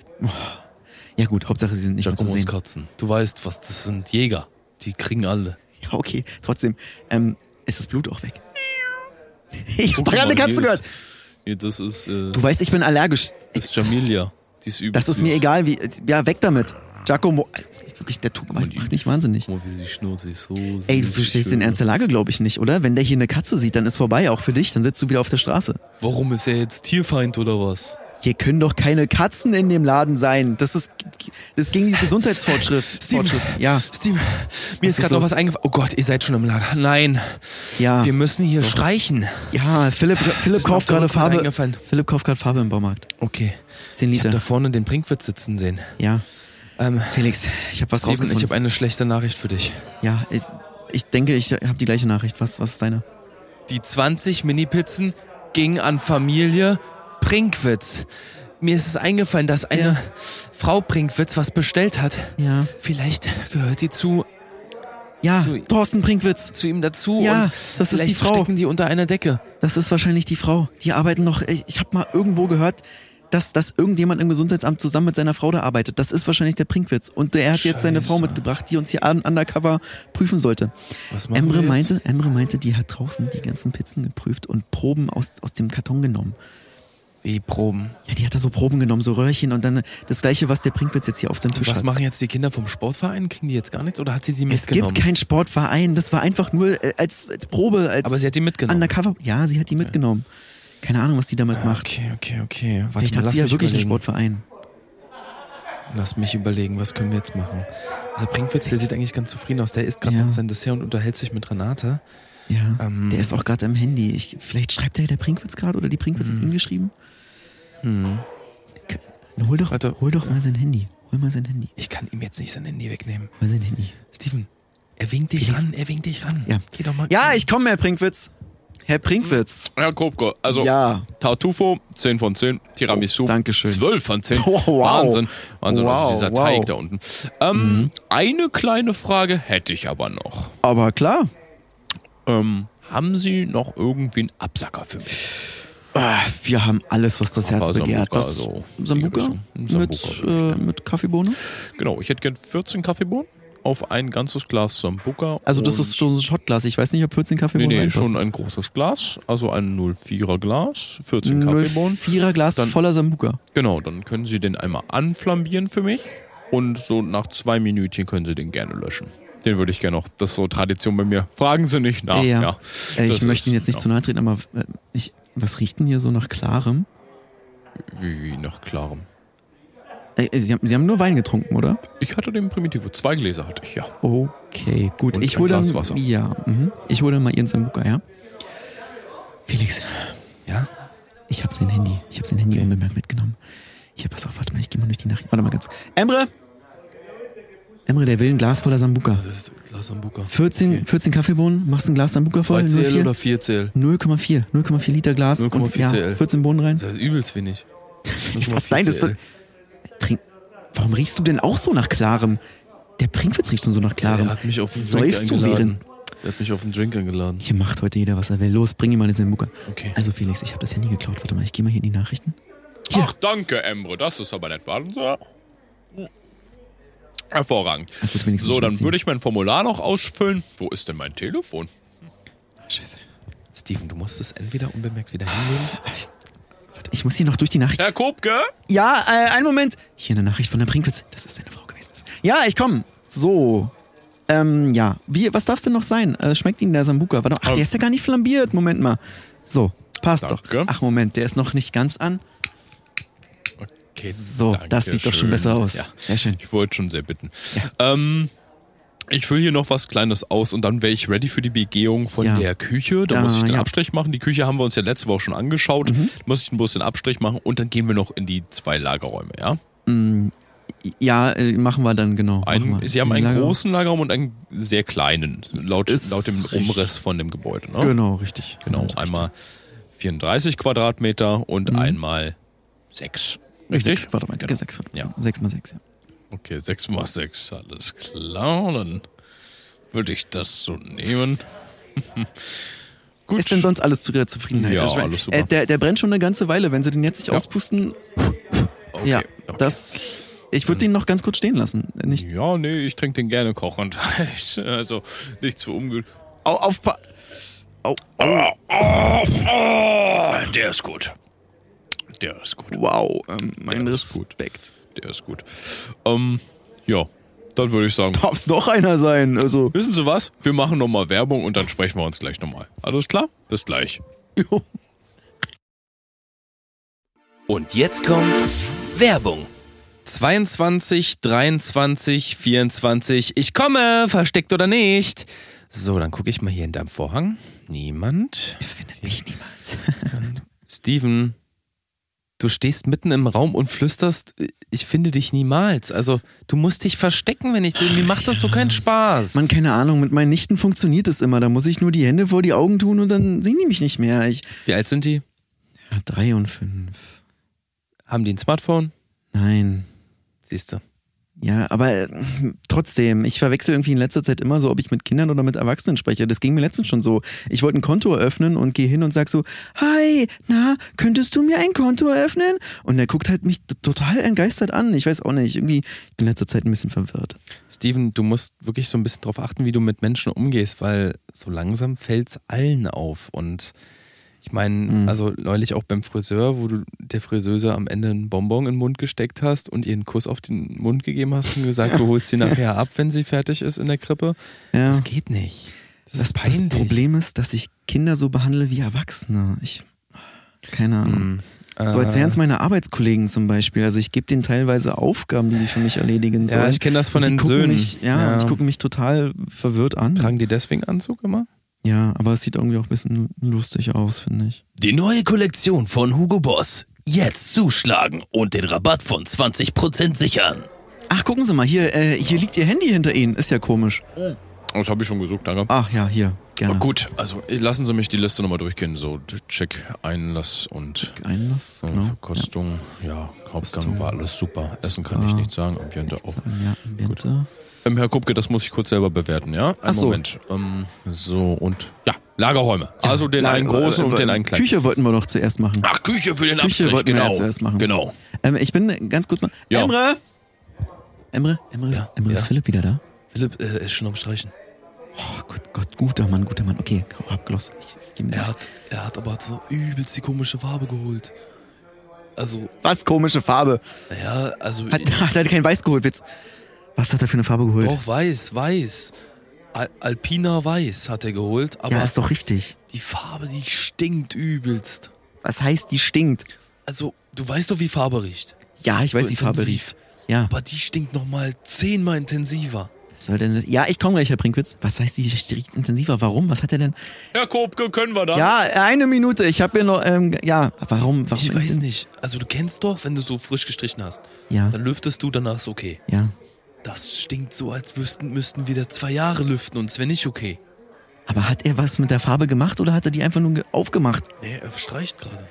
[SPEAKER 2] Ja gut, Hauptsache sie sind nicht mehr zu
[SPEAKER 3] Giacomos
[SPEAKER 2] sehen.
[SPEAKER 3] Katzen. Du weißt was, das sind Jäger. Die kriegen alle.
[SPEAKER 2] Ja, okay, trotzdem. Ähm, ist das Blut auch weg? (laughs) Ich hab
[SPEAKER 3] Guck
[SPEAKER 2] gerade
[SPEAKER 3] mal,
[SPEAKER 2] eine Katze
[SPEAKER 3] hier
[SPEAKER 2] gehört.
[SPEAKER 3] ist- Hier, das ist, äh,
[SPEAKER 2] Du weißt, ich bin allergisch.
[SPEAKER 3] das ist Jamilia. Die ist übel.
[SPEAKER 2] Das ist mir
[SPEAKER 3] süß.
[SPEAKER 2] egal, wie. Ja, weg damit. Giacomo. Wirklich, der Tug
[SPEAKER 3] Mann, die-
[SPEAKER 2] macht mich wahnsinnig.
[SPEAKER 3] Guck mal, wie sie schnurrt, sie ist so
[SPEAKER 2] Ey, du
[SPEAKER 3] süß,
[SPEAKER 2] verstehst
[SPEAKER 3] schön.
[SPEAKER 2] den Ernst der Lage, glaube ich, nicht, oder? Wenn der hier eine Katze sieht, dann ist vorbei, auch für dich. Dann sitzt du wieder auf der Straße.
[SPEAKER 3] Warum ist er jetzt Tierfeind oder was?
[SPEAKER 2] Hier können doch keine Katzen in dem Laden sein. Das ist. Das ging die
[SPEAKER 3] (laughs)
[SPEAKER 2] Gesundheitsvorschrift.
[SPEAKER 9] Steven.
[SPEAKER 2] Vorschrift. Ja,
[SPEAKER 9] Steven, mir
[SPEAKER 2] ist
[SPEAKER 9] ist gerade noch
[SPEAKER 2] los? Ah.
[SPEAKER 9] was eingefallen. Oh Gott, ihr seid schon im Lager. Nein,
[SPEAKER 2] ja.
[SPEAKER 9] wir müssen hier streichen.
[SPEAKER 2] Ja, Philipp, Philipp
[SPEAKER 9] ist mir auf
[SPEAKER 2] kauft
[SPEAKER 9] der
[SPEAKER 2] gerade
[SPEAKER 9] Rückfahrt
[SPEAKER 2] Farbe.
[SPEAKER 9] eingefallen.
[SPEAKER 2] Philipp kauft gerade Farbe im Baumarkt.
[SPEAKER 9] Okay.
[SPEAKER 2] Zehn
[SPEAKER 9] Ich habe da
[SPEAKER 2] Liter.
[SPEAKER 9] vorne den Brinkwitz sitzen sehen.
[SPEAKER 2] Ja.
[SPEAKER 3] Ähm,
[SPEAKER 2] Felix, ich habe was
[SPEAKER 3] Steven, ich
[SPEAKER 2] rausgefunden.
[SPEAKER 3] habe eine schlechte Nachricht für dich.
[SPEAKER 2] ja, ich, ich denke, ich habe die gleiche Nachricht. Was, was ist deine?
[SPEAKER 3] Die 20 Mini-Pizzen gingen an Familie Prinkwitz. Mir ist es eingefallen, dass eine
[SPEAKER 2] Ja.
[SPEAKER 3] Frau Prinkwitz was bestellt hat.
[SPEAKER 2] Ja.
[SPEAKER 3] Vielleicht gehört die zu,
[SPEAKER 2] Ja,
[SPEAKER 3] Zu-
[SPEAKER 2] Thorsten Brinkwitz.
[SPEAKER 3] zu ihm dazu
[SPEAKER 2] Ja,
[SPEAKER 3] und
[SPEAKER 2] das ist
[SPEAKER 3] vielleicht
[SPEAKER 2] die Frau.
[SPEAKER 3] verstecken die unter einer Decke.
[SPEAKER 2] Das ist wahrscheinlich die Frau. Die arbeiten noch. Ich habe mal irgendwo gehört, dass, dass irgendjemand im Gesundheitsamt zusammen mit seiner Frau da arbeitet. Das ist wahrscheinlich der Prinkwitz. Und der hat jetzt seine Frau mitgebracht, die uns hier un- undercover prüfen sollte.
[SPEAKER 3] Was machen wir
[SPEAKER 2] Emre
[SPEAKER 3] jetzt?
[SPEAKER 2] meinte, Emre meinte, die hat draußen die ganzen Pizzen geprüft und Proben aus, aus dem Karton genommen.
[SPEAKER 3] Wie Proben.
[SPEAKER 2] Ja, die hat da so Proben genommen, so Röhrchen und dann das gleiche, was der Prinkwitz jetzt hier auf seinem Tisch
[SPEAKER 3] Was
[SPEAKER 2] hat.
[SPEAKER 3] machen jetzt die Kinder vom Sportverein? Kriegen die jetzt gar nichts oder hat sie sie
[SPEAKER 2] Es
[SPEAKER 3] mitgenommen?
[SPEAKER 2] gibt keinen Sportverein, das war einfach nur äh, als, als Probe, als
[SPEAKER 3] Aber sie hat die mitgenommen. Ah,
[SPEAKER 2] Undercover. Ja, sie hat die mitgenommen. Keine Ahnung, was die damit macht.
[SPEAKER 3] Okay, okay, okay. Warte
[SPEAKER 2] Vielleicht
[SPEAKER 3] mal,
[SPEAKER 2] hat
[SPEAKER 3] lass
[SPEAKER 2] sie ja
[SPEAKER 3] mich
[SPEAKER 2] wirklich
[SPEAKER 3] überlegen.
[SPEAKER 2] einen Sportverein.
[SPEAKER 3] Lass mich überlegen, was können wir jetzt machen? Also Brinkwitz, der sieht eigentlich ganz zufrieden aus. Der isst gerade
[SPEAKER 2] Ja.
[SPEAKER 3] noch sein Dessert und unterhält sich mit Renate.
[SPEAKER 2] Ja,
[SPEAKER 3] Ähm.
[SPEAKER 2] der ist auch gerade am Handy. Ich, vielleicht schreibt er ja der Prinkwitz gerade oder die Prinkwitz
[SPEAKER 9] Hm.
[SPEAKER 2] ist ihm geschrieben. K- Na, Hol doch,
[SPEAKER 3] Warte.
[SPEAKER 2] hol doch mal sein Handy. Hol mal sein Handy.
[SPEAKER 3] Ich kann ihm jetzt nicht sein Handy wegnehmen.
[SPEAKER 2] Hol sein Handy.
[SPEAKER 3] Steven, er winkt dich
[SPEAKER 2] Felix.
[SPEAKER 3] ran, er winkt dich ran.
[SPEAKER 2] Ja.
[SPEAKER 3] Geh doch mal.
[SPEAKER 2] Ja, ich komme, Herr Prinkwitz. Herr Prinkwitz.
[SPEAKER 9] Herr Kopko, also
[SPEAKER 2] Ja.
[SPEAKER 9] Tartufo, 10 von 10, Tiramisu,
[SPEAKER 2] Dankeschön.
[SPEAKER 9] 12 von 10.
[SPEAKER 2] Oh, (laughs) wow.
[SPEAKER 9] Wahnsinn. Wahnsinn,
[SPEAKER 2] Wow,
[SPEAKER 9] was ist dieser
[SPEAKER 2] wow. Mhm.
[SPEAKER 9] Teig da unten? Ähm, Eine kleine Frage hätte ich aber noch.
[SPEAKER 2] Aber klar.
[SPEAKER 9] Ähm, haben Sie noch irgendwie einen Absacker für mich?
[SPEAKER 2] Ah, wir haben alles, was das Herz
[SPEAKER 9] Aber
[SPEAKER 2] begehrt.
[SPEAKER 9] Sambuca,
[SPEAKER 2] Was?
[SPEAKER 9] so
[SPEAKER 2] Sambuca?
[SPEAKER 9] Richtung. Sambuca
[SPEAKER 2] Mit,
[SPEAKER 9] würde
[SPEAKER 2] äh, mit Kaffeebohne?
[SPEAKER 9] Genau, ich hätte gern 14 Kaffeebohnen auf ein ganzes Glas Sambuca.
[SPEAKER 2] Also das
[SPEAKER 9] und-
[SPEAKER 2] ist schon so ein Schottglas. Ich weiß nicht, ob 14
[SPEAKER 9] Nee,
[SPEAKER 2] Kaffeebohnen
[SPEAKER 9] nee,
[SPEAKER 2] reinpassen.
[SPEAKER 9] schon ein großes Glas, also ein 04er Glas, 14 Kaffeebohnen.
[SPEAKER 2] Vierer Glas
[SPEAKER 9] Dann-
[SPEAKER 2] voller Sambuca.
[SPEAKER 9] Genau, dann können Sie den einmal anflambieren für mich und so nach zwei Minütchen können Sie den gerne löschen. Den würde ich gerne noch. Das ist so Tradition bei mir. Fragen Sie nicht nach.
[SPEAKER 2] Ja.
[SPEAKER 9] Ja.
[SPEAKER 2] Äh, ich
[SPEAKER 9] Das
[SPEAKER 2] möchte
[SPEAKER 9] ist-
[SPEAKER 2] Ihnen jetzt nicht
[SPEAKER 9] ja.
[SPEAKER 2] zu nahe treten, aber äh, ich, was riecht denn hier so nach Klarem?
[SPEAKER 9] Wie, wie nach klarem.
[SPEAKER 2] Äh, äh, Sie, haben, Sie haben nur Wein getrunken, oder?
[SPEAKER 9] Ich hatte den Primitivo. Zwei Gläser hatte ich, ja.
[SPEAKER 2] Okay, gut.
[SPEAKER 9] Und
[SPEAKER 2] ich
[SPEAKER 9] ein
[SPEAKER 2] hole
[SPEAKER 9] Glas
[SPEAKER 2] dann,
[SPEAKER 9] Wasser.
[SPEAKER 2] Ja, mhm. ich hole dann mal Ihren Sambuca, ja? Felix.
[SPEAKER 3] Ja?
[SPEAKER 2] Ich habe sein Handy. Ich habe sein Handy unbemerkt mitgenommen. Hier, pass auf, warte mal, ich gehe mal durch die Nachricht. Warte mal ganz. Emre! Emre, der will ein Glas voller Sambuca.
[SPEAKER 3] Das ist Glas Sambuca.
[SPEAKER 2] 14, 14 Kaffeebohnen, machst ein Glas Sambuca voll?
[SPEAKER 3] 2CL
[SPEAKER 2] 04?
[SPEAKER 3] oder 4CL?
[SPEAKER 2] 0,4. 0,4 Liter Glas und
[SPEAKER 3] 0,4
[SPEAKER 2] ja,
[SPEAKER 3] CL.
[SPEAKER 2] 14 Bohnen rein.
[SPEAKER 3] Das ist
[SPEAKER 2] (laughs)
[SPEAKER 3] übelst wenig.
[SPEAKER 2] Was nein, das ist doch- Trink. Warum riechst du denn auch so nach Klarem? Der Prinkwitz riecht schon so nach
[SPEAKER 3] Er
[SPEAKER 2] Klarem.
[SPEAKER 3] hat mich auf den Drink
[SPEAKER 2] Säufst du
[SPEAKER 3] eingeladen.
[SPEAKER 2] während.
[SPEAKER 3] Er hat mich auf den Drink eingeladen.
[SPEAKER 2] Hier macht heute jeder, was er will. Los, bring ihm mal den Sambuca.
[SPEAKER 3] Okay.
[SPEAKER 2] Also, Felix, ich habe das Handy geklaut. Warte mal, ich gehe mal hier in die Nachrichten. Hier.
[SPEAKER 9] Ach, danke, Emre. Das ist aber nett. Warten Sie. Hervorragend.
[SPEAKER 2] Na gut, wenigstens
[SPEAKER 9] So, dann
[SPEAKER 2] schmeckt's ihm.
[SPEAKER 9] würde ich mein Formular noch ausfüllen. Wo ist denn mein Telefon?
[SPEAKER 2] Scheiße.
[SPEAKER 3] Steven, du musst es entweder unbemerkt wieder hinnehmen.
[SPEAKER 2] Warte, ich muss hier noch durch die Nachrichten.
[SPEAKER 9] Herr Kopke?
[SPEAKER 2] Ja, äh, einen Moment. Hier eine Nachricht von der Prinkwitz. Das ist deine Frau gewesen. Ja, ich komme. So. Ähm, ja. Wie, was darf es denn noch sein? Äh, schmeckt Ihnen der Sambuca? Warte, ach,
[SPEAKER 9] Ähm.
[SPEAKER 2] der ist ja gar nicht flambiert. Moment mal. So, passt
[SPEAKER 9] Danke.
[SPEAKER 2] doch. Ach, Moment, der ist noch nicht ganz an.
[SPEAKER 9] Okay,
[SPEAKER 2] So, das sieht doch
[SPEAKER 9] Dankeschön.
[SPEAKER 2] schon besser aus.
[SPEAKER 9] Ja.
[SPEAKER 2] Sehr schön.
[SPEAKER 9] Ich wollte schon sehr bitten. Ähm, ich fülle hier noch was Kleines aus und dann wäre ich ready für die Begehung von
[SPEAKER 2] Ja.
[SPEAKER 9] der Küche. Da
[SPEAKER 2] Ja,
[SPEAKER 9] muss ich den
[SPEAKER 2] ja. Mhm.
[SPEAKER 9] Abstrich machen. Die Küche haben wir uns ja letzte Woche schon angeschaut. Da muss ich ein bisschen Abstrich machen und dann gehen wir noch in die zwei Lagerräume, ja?
[SPEAKER 2] Ja, äh, machen wir dann genau.
[SPEAKER 9] Einen,
[SPEAKER 2] Machen wir.
[SPEAKER 9] Sie haben einen
[SPEAKER 2] Lager-
[SPEAKER 9] großen Lagerraum und einen sehr kleinen, laut,
[SPEAKER 2] Ist
[SPEAKER 9] laut dem
[SPEAKER 2] richtig.
[SPEAKER 9] Umriss von dem Gebäude. Ne?
[SPEAKER 2] Genau, richtig.
[SPEAKER 9] Genau,
[SPEAKER 2] ist
[SPEAKER 9] einmal 34 Quadratmeter und einmal 6.
[SPEAKER 2] richtig.
[SPEAKER 9] Richtig?
[SPEAKER 2] Sechs Quadratmeter.
[SPEAKER 9] Genau.
[SPEAKER 2] Sechs,
[SPEAKER 9] Ja.
[SPEAKER 2] ja. sechs mal sechs, ja.
[SPEAKER 9] Okay, 6 mal 6, alles klar. Dann würde ich das so nehmen. (laughs) Gut.
[SPEAKER 2] Ist denn sonst alles zu Ihrer Zufriedenheit?
[SPEAKER 9] Ja,
[SPEAKER 2] Also,
[SPEAKER 9] alles super.
[SPEAKER 2] Äh, der, der brennt schon eine ganze Weile. Wenn Sie den jetzt nicht auspusten,
[SPEAKER 9] okay,
[SPEAKER 2] ja,
[SPEAKER 9] okay.
[SPEAKER 2] das. Ich würde den noch ganz kurz stehen lassen. Nicht.
[SPEAKER 9] Ja, nee, ich trinke den gerne (laughs) kochend. also nicht zu umge...
[SPEAKER 2] Au, auf. Pa
[SPEAKER 9] Oh, der ist gut. Der ist gut.
[SPEAKER 2] wow, ähm, mein
[SPEAKER 9] Ja, ist gut.
[SPEAKER 2] Respekt.
[SPEAKER 9] Der ist gut. Ähm, ja, dann würde ich sagen,
[SPEAKER 2] Darf es doch einer sein? Also.
[SPEAKER 9] wissen Sie was? Wir machen nochmal Werbung und dann sprechen wir uns gleich nochmal. Alles klar? Bis gleich.
[SPEAKER 2] Jo.
[SPEAKER 5] Und jetzt kommt Werbung.
[SPEAKER 3] 22, 23, 24. Ich komme, versteckt oder nicht. So, dann gucke ich mal hier in deinem Vorhang. Niemand. (laughs)
[SPEAKER 2] Findet mich niemals.
[SPEAKER 3] Steven, Du stehst mitten im Raum und flüsterst, ich finde dich niemals. Also, du musst dich verstecken, wenn ich sehe. Mir macht das so keinen Spaß.
[SPEAKER 2] Mann, keine Ahnung, mit meinen Nichten funktioniert das immer. Da muss ich nur die Hände vor die Augen tun und dann sehen die mich nicht mehr. Ich,
[SPEAKER 3] Wie alt sind die?
[SPEAKER 2] ja, drei und fünf.
[SPEAKER 3] Haben die ein Smartphone?
[SPEAKER 2] Nein.
[SPEAKER 3] Siehst du.
[SPEAKER 2] Ja, aber äh, trotzdem, ich verwechsel irgendwie in letzter Zeit immer so, ob ich mit Kindern oder mit Erwachsenen spreche. Das ging mir letztens schon so. Ich wollte ein Konto eröffnen und gehe hin und sag so, hi, na, könntest du mir ein Konto eröffnen? Und er guckt halt mich t- total entgeistert an. Ich weiß auch nicht, irgendwie, ich bin in letzter Zeit ein bisschen verwirrt.
[SPEAKER 3] Steven, du musst wirklich so ein bisschen drauf achten, wie du mit Menschen umgehst, weil so langsam fällt es allen auf. Und ich meine,
[SPEAKER 2] Mhm.
[SPEAKER 3] also neulich auch beim Friseur, wo du der Friseuse am Ende einen Bonbon in den Mund gesteckt hast und ihr einen Kuss auf den Mund gegeben hast und gesagt, du holst sie nachher ab, wenn sie fertig ist in der Krippe.
[SPEAKER 2] Ja.
[SPEAKER 3] Das geht nicht. Das,
[SPEAKER 2] Das,
[SPEAKER 3] ist peinlich.
[SPEAKER 2] das Problem ist, dass ich Kinder so behandle wie Erwachsene. Ich, keine Ahnung.
[SPEAKER 3] Mhm.
[SPEAKER 2] So als
[SPEAKER 3] Äh,
[SPEAKER 2] wären es meine Arbeitskollegen zum Beispiel. Also ich gebe denen teilweise Aufgaben, die die für mich erledigen sollen.
[SPEAKER 3] Ja, ich kenne das von
[SPEAKER 2] Und die
[SPEAKER 3] den
[SPEAKER 2] gucken
[SPEAKER 3] Söhnen.
[SPEAKER 2] Mich, ja,
[SPEAKER 3] Ja.
[SPEAKER 2] Und die gucken mich total verwirrt an.
[SPEAKER 3] Tragen die deswegen Anzug immer?
[SPEAKER 2] Ja, aber es sieht irgendwie auch ein bisschen lustig aus, finde ich.
[SPEAKER 5] Die neue Kollektion von Hugo Boss. Jetzt zuschlagen und den Rabatt von 20% sichern.
[SPEAKER 2] Ach, gucken Sie mal, hier, äh, hier liegt Ihr Handy hinter Ihnen. Ist ja komisch.
[SPEAKER 9] Das habe ich schon gesucht, danke.
[SPEAKER 2] Ach ja, hier, gerne.
[SPEAKER 9] Gut, also äh, lassen Sie mich die Liste nochmal durchgehen. So, Check, Einlass und
[SPEAKER 2] Einlass,
[SPEAKER 9] äh,
[SPEAKER 2] genau.
[SPEAKER 9] Verkostung. Ja, Hauptgang
[SPEAKER 2] Verkostung.
[SPEAKER 9] war alles super. Essen kann ich
[SPEAKER 2] Super.
[SPEAKER 9] nicht sagen, Ambiente
[SPEAKER 2] Nichts
[SPEAKER 9] auch.
[SPEAKER 2] sagen, ja, Ambiente.
[SPEAKER 9] Ähm, Herr Kupke, das muss ich kurz selber bewerten, ja? Einen
[SPEAKER 2] Ach so.
[SPEAKER 9] Moment. Ähm, so, und ja, Lagerräume. also den einen großen und den einen kleinen.
[SPEAKER 2] äh, Küche wollten wir doch zuerst machen.
[SPEAKER 9] Ach, Küche für den
[SPEAKER 2] Küche
[SPEAKER 9] Abstrich,
[SPEAKER 2] wollten wir
[SPEAKER 9] genau.
[SPEAKER 2] ja zuerst machen.
[SPEAKER 9] Genau.
[SPEAKER 2] Ähm, ich bin ganz kurz mal.
[SPEAKER 9] Ja.
[SPEAKER 2] Emre! Emre, Emre, ist- Emre ist Philipp wieder da?
[SPEAKER 3] Philipp äh, ist schon am Streichen.
[SPEAKER 2] Oh Gott, Gott, guter Mann, guter Mann. Okay, hau ab, Gloss. Ich, ich geh mir-
[SPEAKER 8] Er hat, er hat aber so übelst die komische Farbe geholt. Also,
[SPEAKER 2] Was komische Farbe.
[SPEAKER 8] naja, also (laughs)
[SPEAKER 2] Hat, hat er kein Weiß geholt, Witz. Was hat er für eine Farbe geholt?
[SPEAKER 8] doch weiß, weiß. Al Alpina Weiß hat er geholt, aber
[SPEAKER 2] ja, ist doch richtig.
[SPEAKER 8] die Farbe, die stinkt übelst.
[SPEAKER 2] Was heißt, die stinkt?
[SPEAKER 8] Also, du weißt doch, wie Farbe riecht.
[SPEAKER 2] Ja, ich weiß,
[SPEAKER 8] So
[SPEAKER 2] die Farbe
[SPEAKER 8] intensiv.
[SPEAKER 2] rief. Ja,
[SPEAKER 8] Aber die stinkt nochmal zehnmal intensiver.
[SPEAKER 2] was soll denn das? Ja, ich komme gleich, Herr Brinkwitz. Was heißt, die riecht intensiver? Warum? Was hat er denn?
[SPEAKER 9] Herr Kupke, können wir da?
[SPEAKER 2] Ja, eine Minute. Ich habe hier noch, ähm, ja, warum? warum
[SPEAKER 8] Ich weiß nicht. Also, du kennst doch, wenn du so frisch gestrichen hast,
[SPEAKER 2] Ja,
[SPEAKER 8] dann lüftest du danach ist okay.
[SPEAKER 2] ja.
[SPEAKER 8] Das stinkt so, als wüssten, müssten wir da zwei Jahre lüften und es wäre nicht okay.
[SPEAKER 2] Aber hat er was mit der Farbe gemacht oder hat er die einfach nur ge- aufgemacht?
[SPEAKER 8] Nee, er streicht gerade.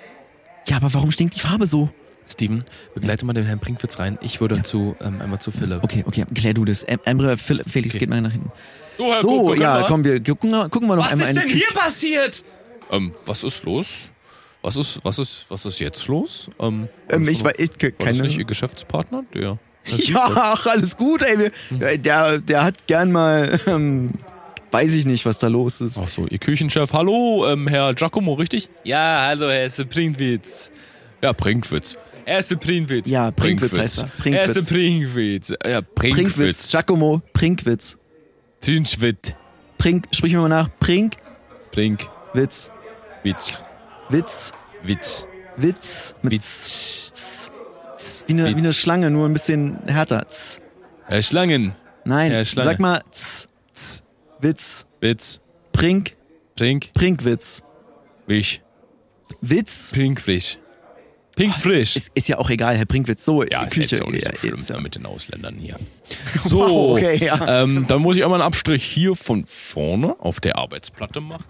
[SPEAKER 2] Ja, aber warum stinkt die Farbe so?
[SPEAKER 3] Steven, begleite mal den Herrn Brinkwitz rein. Ich würde zu, ähm, einmal zu Philipp.
[SPEAKER 2] Okay, okay, klär du das. Em- Emre, Phil- Felix,
[SPEAKER 3] Okay.
[SPEAKER 2] geht mal nach hinten.
[SPEAKER 9] So, Herr
[SPEAKER 2] so,
[SPEAKER 9] Kupke, können
[SPEAKER 2] ja,
[SPEAKER 9] wir?
[SPEAKER 2] komm, wir gucken, gucken wir noch
[SPEAKER 4] Was
[SPEAKER 2] einmal
[SPEAKER 4] ist
[SPEAKER 2] Ähm, eine
[SPEAKER 4] denn
[SPEAKER 2] Kü-
[SPEAKER 4] hier passiert?
[SPEAKER 9] Ähm, was ist los? Was ist, was ist, was ist jetzt los? Ähm,
[SPEAKER 2] Ähm,
[SPEAKER 9] war
[SPEAKER 2] ich war, ich,
[SPEAKER 9] das
[SPEAKER 2] keine.
[SPEAKER 9] nicht Ihr Geschäftspartner? Der.
[SPEAKER 2] Ja, ach, (laughs) alles gut, ey. Wir, äh, der, der hat gern mal, (laughs) ähm, weiß ich nicht, was da los ist.
[SPEAKER 9] Ach so, Ihr Küchenchef. Hallo, ähm, Herr Giacomo, richtig?
[SPEAKER 3] Ja, hallo, Herr Brinkwitz.
[SPEAKER 9] Ja, Brinkwitz.
[SPEAKER 3] Erste Prinkwitz.
[SPEAKER 2] Ja, Brinkwitz heißt er.
[SPEAKER 3] Erste
[SPEAKER 2] Brinkwitz.
[SPEAKER 3] Prinkwitz. Ja,
[SPEAKER 2] Brinkwitz.
[SPEAKER 9] Brinkwitz.
[SPEAKER 2] Giacomo, Brinkwitz.
[SPEAKER 9] Trinschwitz.
[SPEAKER 2] Brink, sprich mir mal nach. Brinkwitz.
[SPEAKER 9] Brinkwitz.
[SPEAKER 2] Witz.
[SPEAKER 9] Witz.
[SPEAKER 2] Witz. Mit
[SPEAKER 9] Witz.
[SPEAKER 2] Z. Z. Wie eine, wie eine
[SPEAKER 9] Witz.
[SPEAKER 2] Schlange, nur ein bisschen härter. Z.
[SPEAKER 9] Herr Schlangen.
[SPEAKER 2] Nein,
[SPEAKER 9] Ja, Schlange.
[SPEAKER 2] sag mal Z. Z. Witz.
[SPEAKER 9] Witz.
[SPEAKER 2] Brink.
[SPEAKER 9] Brink.
[SPEAKER 2] Brinkwitz.
[SPEAKER 9] Wisch.
[SPEAKER 2] Witz.
[SPEAKER 9] Brinkfrisch. Pinkfrisch.
[SPEAKER 2] Ah, Ist, ist ja auch egal, Herr Brinkwitz. So,
[SPEAKER 9] Ja, ist
[SPEAKER 2] Küche.
[SPEAKER 9] jetzt auch nicht so
[SPEAKER 2] Ja,
[SPEAKER 9] schlimm
[SPEAKER 2] ist ja-
[SPEAKER 9] da mit den Ausländern
[SPEAKER 2] (laughs)
[SPEAKER 9] hier. So,
[SPEAKER 2] Wow, okay, ja.
[SPEAKER 9] ähm, dann muss ich einmal einen Abstrich hier von vorne auf der Arbeitsplatte machen.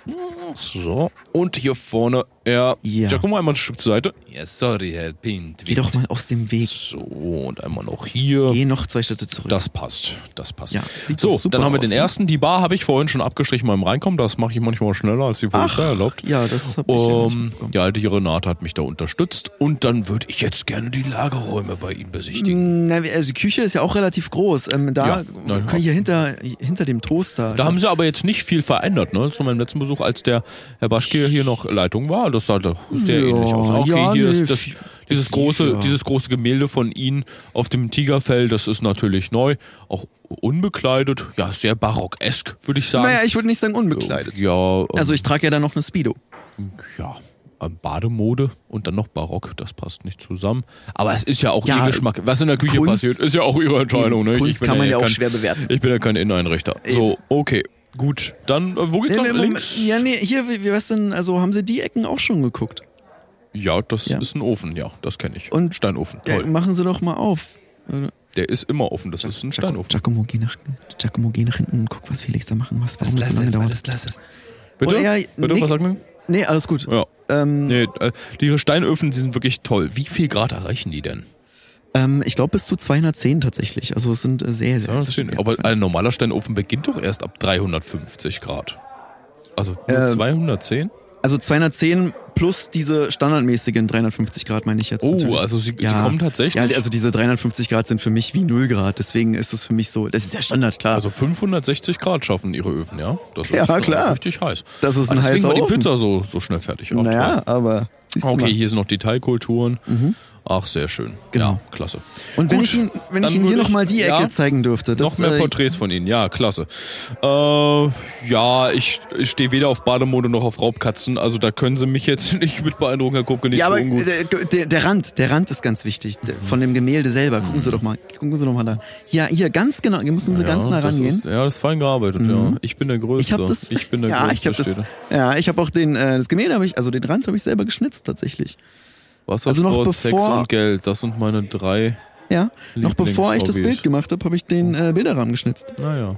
[SPEAKER 9] So, und hier vorne, ja,
[SPEAKER 2] Ja.
[SPEAKER 9] Giacomo einmal ein Stück zur Seite. Ja, sorry, Herr Pint.
[SPEAKER 2] Geh doch mal aus dem Weg.
[SPEAKER 9] So, und einmal noch hier.
[SPEAKER 2] Geh noch zwei Schritte zurück.
[SPEAKER 9] Das passt, das passt.
[SPEAKER 2] Ja, sieht
[SPEAKER 9] so,
[SPEAKER 2] doch super
[SPEAKER 9] dann haben wir
[SPEAKER 2] aus,
[SPEAKER 9] den
[SPEAKER 2] ne?
[SPEAKER 9] ersten. Die Bar habe ich vorhin schon abgestrichen beim Reinkommen. Das mache ich manchmal schneller, als die Polizei erlaubt.
[SPEAKER 2] Ja, das hab ich ja nicht
[SPEAKER 9] Ähm,
[SPEAKER 2] mitbekommen.
[SPEAKER 9] die alte Renate hat mich da unterstützt und dann würde ich jetzt gerne die Lagerräume bei ihm besichtigen.
[SPEAKER 2] Na, also die Küche ist ja auch relativ groß. Ähm, da
[SPEAKER 9] Ja, nein,
[SPEAKER 2] können hier hinter, hinter dem Toaster.
[SPEAKER 9] Da haben sie aber jetzt nicht viel verändert, ne? Zu meinem letzten Besuch, als der Herr Baschke hier noch Leitung war, das sah doch sehr
[SPEAKER 2] Ja,
[SPEAKER 9] ähnlich aus. Okay,
[SPEAKER 2] ja,
[SPEAKER 9] hier
[SPEAKER 2] nee,
[SPEAKER 9] ist das,
[SPEAKER 2] viel-
[SPEAKER 9] dieses,
[SPEAKER 2] viel,
[SPEAKER 9] große,
[SPEAKER 2] ja.
[SPEAKER 9] dieses große Gemälde von Ihnen auf dem Tigerfell, das ist natürlich neu, auch unbekleidet, ja, sehr barockesk, würde ich sagen.
[SPEAKER 2] naja, ich würde nicht sagen unbekleidet.
[SPEAKER 9] ja, ähm,
[SPEAKER 2] Also ich trage ja dann noch eine Speedo.
[SPEAKER 9] ja, ähm, Bademode und dann noch Barock, das passt nicht zusammen. Aber es ist ja auch
[SPEAKER 2] Ja,
[SPEAKER 9] Ihr Geschmack. Was in der Küche
[SPEAKER 2] Kunst-
[SPEAKER 9] passiert, ist ja auch Ihre Entscheidung. Ne? Ich- ich
[SPEAKER 2] Kunst
[SPEAKER 9] bin
[SPEAKER 2] kann man ja auch
[SPEAKER 9] kein-
[SPEAKER 2] schwer bewerten.
[SPEAKER 9] Ich bin ja kein Inneneinrichter. So, okay, gut. Dann, äh, wo geht's
[SPEAKER 2] Nee,
[SPEAKER 9] noch
[SPEAKER 2] nee, Moment.
[SPEAKER 9] links?
[SPEAKER 2] Ja, nee, hier, wie, wie was denn, also haben sie die Ecken auch schon geguckt?
[SPEAKER 9] Ja, das
[SPEAKER 2] Ja.
[SPEAKER 9] ist ein Ofen, ja, das kenne ich.
[SPEAKER 2] Und-
[SPEAKER 9] Steinofen,
[SPEAKER 2] Ja,
[SPEAKER 9] toll.
[SPEAKER 2] machen Sie doch mal auf.
[SPEAKER 9] Der ist immer offen, das ist ein
[SPEAKER 2] Giacomo,
[SPEAKER 9] Steinofen.
[SPEAKER 2] Giacomo, geh nach, Giacomo, geh nach hinten und guck, was Felix da machen, was, warum das so lange dauert.
[SPEAKER 8] klasse.
[SPEAKER 9] Bitte?
[SPEAKER 2] Oder eher
[SPEAKER 9] Bitte,
[SPEAKER 2] Oh, Nick-
[SPEAKER 9] was sagt man?
[SPEAKER 2] Nee, alles gut.
[SPEAKER 9] Ja.
[SPEAKER 2] Ähm,
[SPEAKER 9] Nee, äh, die Steinöfen die sind wirklich toll. Wie viel Grad erreichen die denn?
[SPEAKER 2] ähm, ich glaube bis zu 210 tatsächlich. Also es sind äh, sehr, sehr...
[SPEAKER 9] Ja, das ist schön.
[SPEAKER 2] ja,
[SPEAKER 9] Aber
[SPEAKER 2] 210.
[SPEAKER 9] ein normaler Steinofen beginnt doch erst ab 350 Grad. Also nur
[SPEAKER 2] Ähm,
[SPEAKER 9] 210?
[SPEAKER 2] Also 210 plus diese standardmäßigen 350 Grad meine ich jetzt.
[SPEAKER 9] Oh, also sie- sie kommen tatsächlich?
[SPEAKER 2] Ja, also diese 350 Grad sind für mich wie 0 Grad. Deswegen ist es für mich so, das ist ja Standard, klar.
[SPEAKER 9] Also 560 Grad schaffen ihre Öfen, ja? Das ist
[SPEAKER 2] Ja,
[SPEAKER 9] schon
[SPEAKER 2] klar.
[SPEAKER 9] richtig heiß.
[SPEAKER 2] Das ist ein
[SPEAKER 9] Ah, Deswegen
[SPEAKER 2] heißer
[SPEAKER 9] war die
[SPEAKER 2] Ofen.
[SPEAKER 9] Pizza so, so schnell fertig. Ja,
[SPEAKER 2] naja,
[SPEAKER 9] toll.
[SPEAKER 2] aber... siehst du
[SPEAKER 9] Okay,
[SPEAKER 2] mal. Mhm.
[SPEAKER 9] hier sind noch Detailkulturen. Ach, sehr schön.
[SPEAKER 2] Genau.
[SPEAKER 9] Ja, klasse.
[SPEAKER 2] Und wenn
[SPEAKER 9] Gut,
[SPEAKER 2] ich Ihnen, wenn
[SPEAKER 9] dann
[SPEAKER 2] ich Ihnen hier
[SPEAKER 9] würde
[SPEAKER 2] nochmal die Ecke
[SPEAKER 9] ja,
[SPEAKER 2] zeigen dürfte. Das,
[SPEAKER 9] noch mehr
[SPEAKER 2] äh,
[SPEAKER 9] Porträts von Ihnen, ja, klasse. Äh, ja, ich, ich stehe weder auf Bademode noch auf Raubkatzen, also da können Sie mich jetzt (laughs) nicht mit beeindrucken, Herr Kupke, nicht
[SPEAKER 2] ja,
[SPEAKER 9] so
[SPEAKER 2] aber äh,
[SPEAKER 9] ungut.
[SPEAKER 2] der, der, der Rand, der Rand ist ganz wichtig. Der-
[SPEAKER 9] Mhm.
[SPEAKER 2] Von dem Gemälde selber. Gucken Sie doch mal. Gucken Sie doch mal da. Ja, hier, ganz genau. Hier müssen Sie ganz nah
[SPEAKER 9] das
[SPEAKER 2] rangehen. Mhm.
[SPEAKER 9] Ist, ja, das ist fein gearbeitet, ja. Ich bin der Größte.
[SPEAKER 2] ich habe das.
[SPEAKER 9] ich bin der
[SPEAKER 2] (laughs) ja,
[SPEAKER 9] Größte.
[SPEAKER 2] ich hab
[SPEAKER 9] steht da.
[SPEAKER 2] das, ja, ich habe auch den, äh, das Gemälde habe ich, also den Rand habe ich selber geschnitzt tatsächlich.
[SPEAKER 9] Was
[SPEAKER 2] also noch
[SPEAKER 9] Sport, Sex
[SPEAKER 2] bevor-
[SPEAKER 9] und Geld, das sind meine drei.
[SPEAKER 2] Ja, noch bevor ich das
[SPEAKER 9] Lieblingshobbys.
[SPEAKER 2] Bild gemacht habe, habe ich den äh, Bilderrahmen geschnitzt.
[SPEAKER 9] Naja.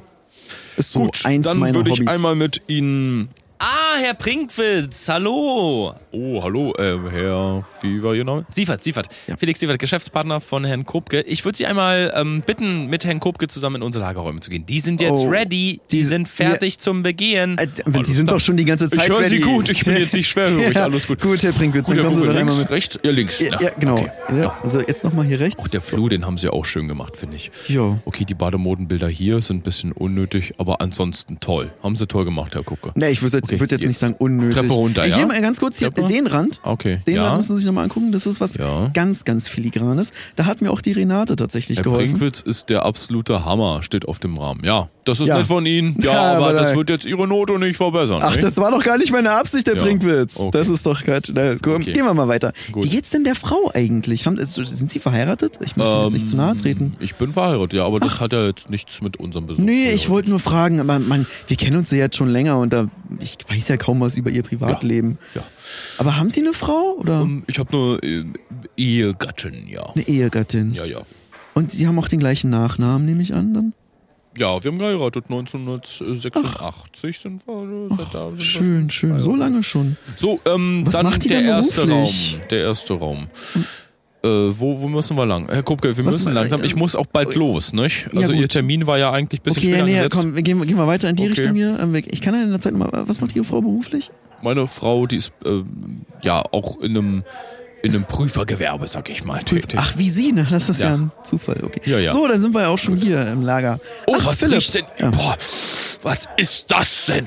[SPEAKER 2] Ist so
[SPEAKER 9] Mhm. Gut,
[SPEAKER 2] Oh, eins
[SPEAKER 9] dann
[SPEAKER 2] meiner
[SPEAKER 9] würde ich
[SPEAKER 2] Hobbys.
[SPEAKER 9] einmal mit Ihnen.
[SPEAKER 3] Ah, Herr Prinkwitz, hallo.
[SPEAKER 9] Oh, hallo, äh, Herr, wie war Ihr Name?
[SPEAKER 3] Siefert, Siefert. Felix Siefert, Geschäftspartner von Herrn Kopke. Ich würde Sie einmal ähm, bitten, mit Herrn Kopke zusammen in unsere Lagerräume zu gehen. Die sind jetzt
[SPEAKER 2] Oh,
[SPEAKER 3] ready, die,
[SPEAKER 2] die-
[SPEAKER 3] sind fertig zum Begehen.
[SPEAKER 2] äh, die sind doch schon die ganze Zeit
[SPEAKER 9] Ich höre Sie
[SPEAKER 2] ready.
[SPEAKER 9] gut, ich bin jetzt nicht schwerhörig,
[SPEAKER 2] (laughs) Ja,
[SPEAKER 9] alles gut.
[SPEAKER 2] Gut, Herr Prinkwitz,
[SPEAKER 9] Gut,
[SPEAKER 2] dann
[SPEAKER 9] Herr
[SPEAKER 2] kommen Sie
[SPEAKER 9] Kumpel,
[SPEAKER 2] doch einmal
[SPEAKER 9] links, rechts,
[SPEAKER 2] mit.
[SPEAKER 9] ja, links.
[SPEAKER 2] Ja,
[SPEAKER 9] Na,
[SPEAKER 2] ja, genau.
[SPEAKER 9] okay.
[SPEAKER 2] Ja, also jetzt nochmal hier rechts.
[SPEAKER 9] Der Flur, den haben sie auch schön gemacht, finde ich.
[SPEAKER 2] Jo.
[SPEAKER 9] Okay, die Bademodenbilder hier sind ein bisschen unnötig, aber ansonsten toll. Haben sie toll gemacht, Herr Kupke.
[SPEAKER 2] Nee, ich würde jetzt,
[SPEAKER 9] Okay,
[SPEAKER 2] würd jetzt
[SPEAKER 9] jetzt.
[SPEAKER 2] nicht sagen unnötig.
[SPEAKER 9] Treppe runter,
[SPEAKER 2] ich
[SPEAKER 9] ja?
[SPEAKER 2] Hier mal ganz kurz hier
[SPEAKER 9] Treppe?
[SPEAKER 2] den Rand.
[SPEAKER 9] Okay,
[SPEAKER 2] Den
[SPEAKER 9] ja.
[SPEAKER 2] Rand müssen Sie sich nochmal angucken. Das ist was
[SPEAKER 9] Ja.
[SPEAKER 2] ganz, ganz filigranes. Da hat mir auch die Renate tatsächlich
[SPEAKER 9] Herr
[SPEAKER 2] geholfen.
[SPEAKER 9] Prinkwitz ist der absolute Hammer, steht auf dem Rahmen. Ja, das ist
[SPEAKER 2] Ja.
[SPEAKER 9] nett von
[SPEAKER 2] (laughs)
[SPEAKER 9] Ihnen. Ja,
[SPEAKER 2] Ja,
[SPEAKER 9] aber,
[SPEAKER 2] aber
[SPEAKER 9] das
[SPEAKER 2] da-
[SPEAKER 9] wird jetzt Ihre Note nicht verbessern.
[SPEAKER 2] Ach,
[SPEAKER 9] ne?
[SPEAKER 2] das war doch gar nicht meine Absicht, Herr
[SPEAKER 9] Ja,
[SPEAKER 2] Prinkwitz.
[SPEAKER 9] okay.
[SPEAKER 2] Das ist doch Quatsch. Na, komm,
[SPEAKER 9] Okay.
[SPEAKER 2] Gehen wir mal weiter.
[SPEAKER 9] Gut.
[SPEAKER 2] Wie geht's denn der Frau eigentlich? Haben, also, sind Sie verheiratet? Ich möchte Ihnen jetzt
[SPEAKER 9] Ähm,
[SPEAKER 2] nicht zu nahe treten.
[SPEAKER 9] Ich bin verheiratet, ja, aber das hat ja jetzt nichts mit unserem Besuch.
[SPEAKER 2] Nee, ich
[SPEAKER 9] zu
[SPEAKER 2] wollte nur fragen, aber man, wir kennen uns ja jetzt schon länger und da, ich weiß ja kaum was über ihr Privatleben.
[SPEAKER 9] Ja, ja.
[SPEAKER 2] Aber haben Sie eine Frau oder
[SPEAKER 9] tun. Ähm, Ich habe nur äh, Ehegattin, ja.
[SPEAKER 2] eine Ehegattin?
[SPEAKER 9] Ja, ja.
[SPEAKER 2] Und Sie haben auch den gleichen Nachnamen, nehme ich an dann?
[SPEAKER 9] Ja, wir haben geheiratet. 1986 sind wir. äh, seit da sind wir
[SPEAKER 2] Schön, schön.
[SPEAKER 9] Also,
[SPEAKER 2] So lange schon.
[SPEAKER 9] So, ähm,
[SPEAKER 2] Was
[SPEAKER 9] dann
[SPEAKER 2] macht die
[SPEAKER 9] der
[SPEAKER 2] denn
[SPEAKER 9] erste
[SPEAKER 2] beruflich?
[SPEAKER 9] Raum. Der erste Raum. Äh, wo, wo müssen wir lang? Herr Kupke, wir
[SPEAKER 2] Was- äh,
[SPEAKER 9] müssen langsam. Ich muss auch bald los, nicht?
[SPEAKER 2] Ja,
[SPEAKER 9] Also Ihr
[SPEAKER 2] gut.
[SPEAKER 9] Termin war ja eigentlich ein bisschen
[SPEAKER 2] Okay,
[SPEAKER 9] später
[SPEAKER 2] ja, nee,
[SPEAKER 9] angesetzt.
[SPEAKER 2] komm, wir gehen, gehen wir weiter in die
[SPEAKER 9] Okay.
[SPEAKER 2] Richtung hier. Ähm, wir- Ich kann ja in der Zeit mal. äh, Was macht Ihre Frau beruflich?
[SPEAKER 9] Meine Frau, die ist äh, ja auch in einem, in einem Prüfergewerbe, sag ich mal, tätig.
[SPEAKER 2] Ach, wie Sie, ne? Das ist ja,
[SPEAKER 9] Ja.
[SPEAKER 2] ein Zufall. Okay.
[SPEAKER 9] Ja, ja.
[SPEAKER 2] So, da sind wir ja auch schon hier im Lager.
[SPEAKER 9] oh,
[SPEAKER 2] Ach,
[SPEAKER 9] was
[SPEAKER 2] Philipp.
[SPEAKER 9] riecht denn?
[SPEAKER 2] Ja.
[SPEAKER 9] Boah, was ist das denn?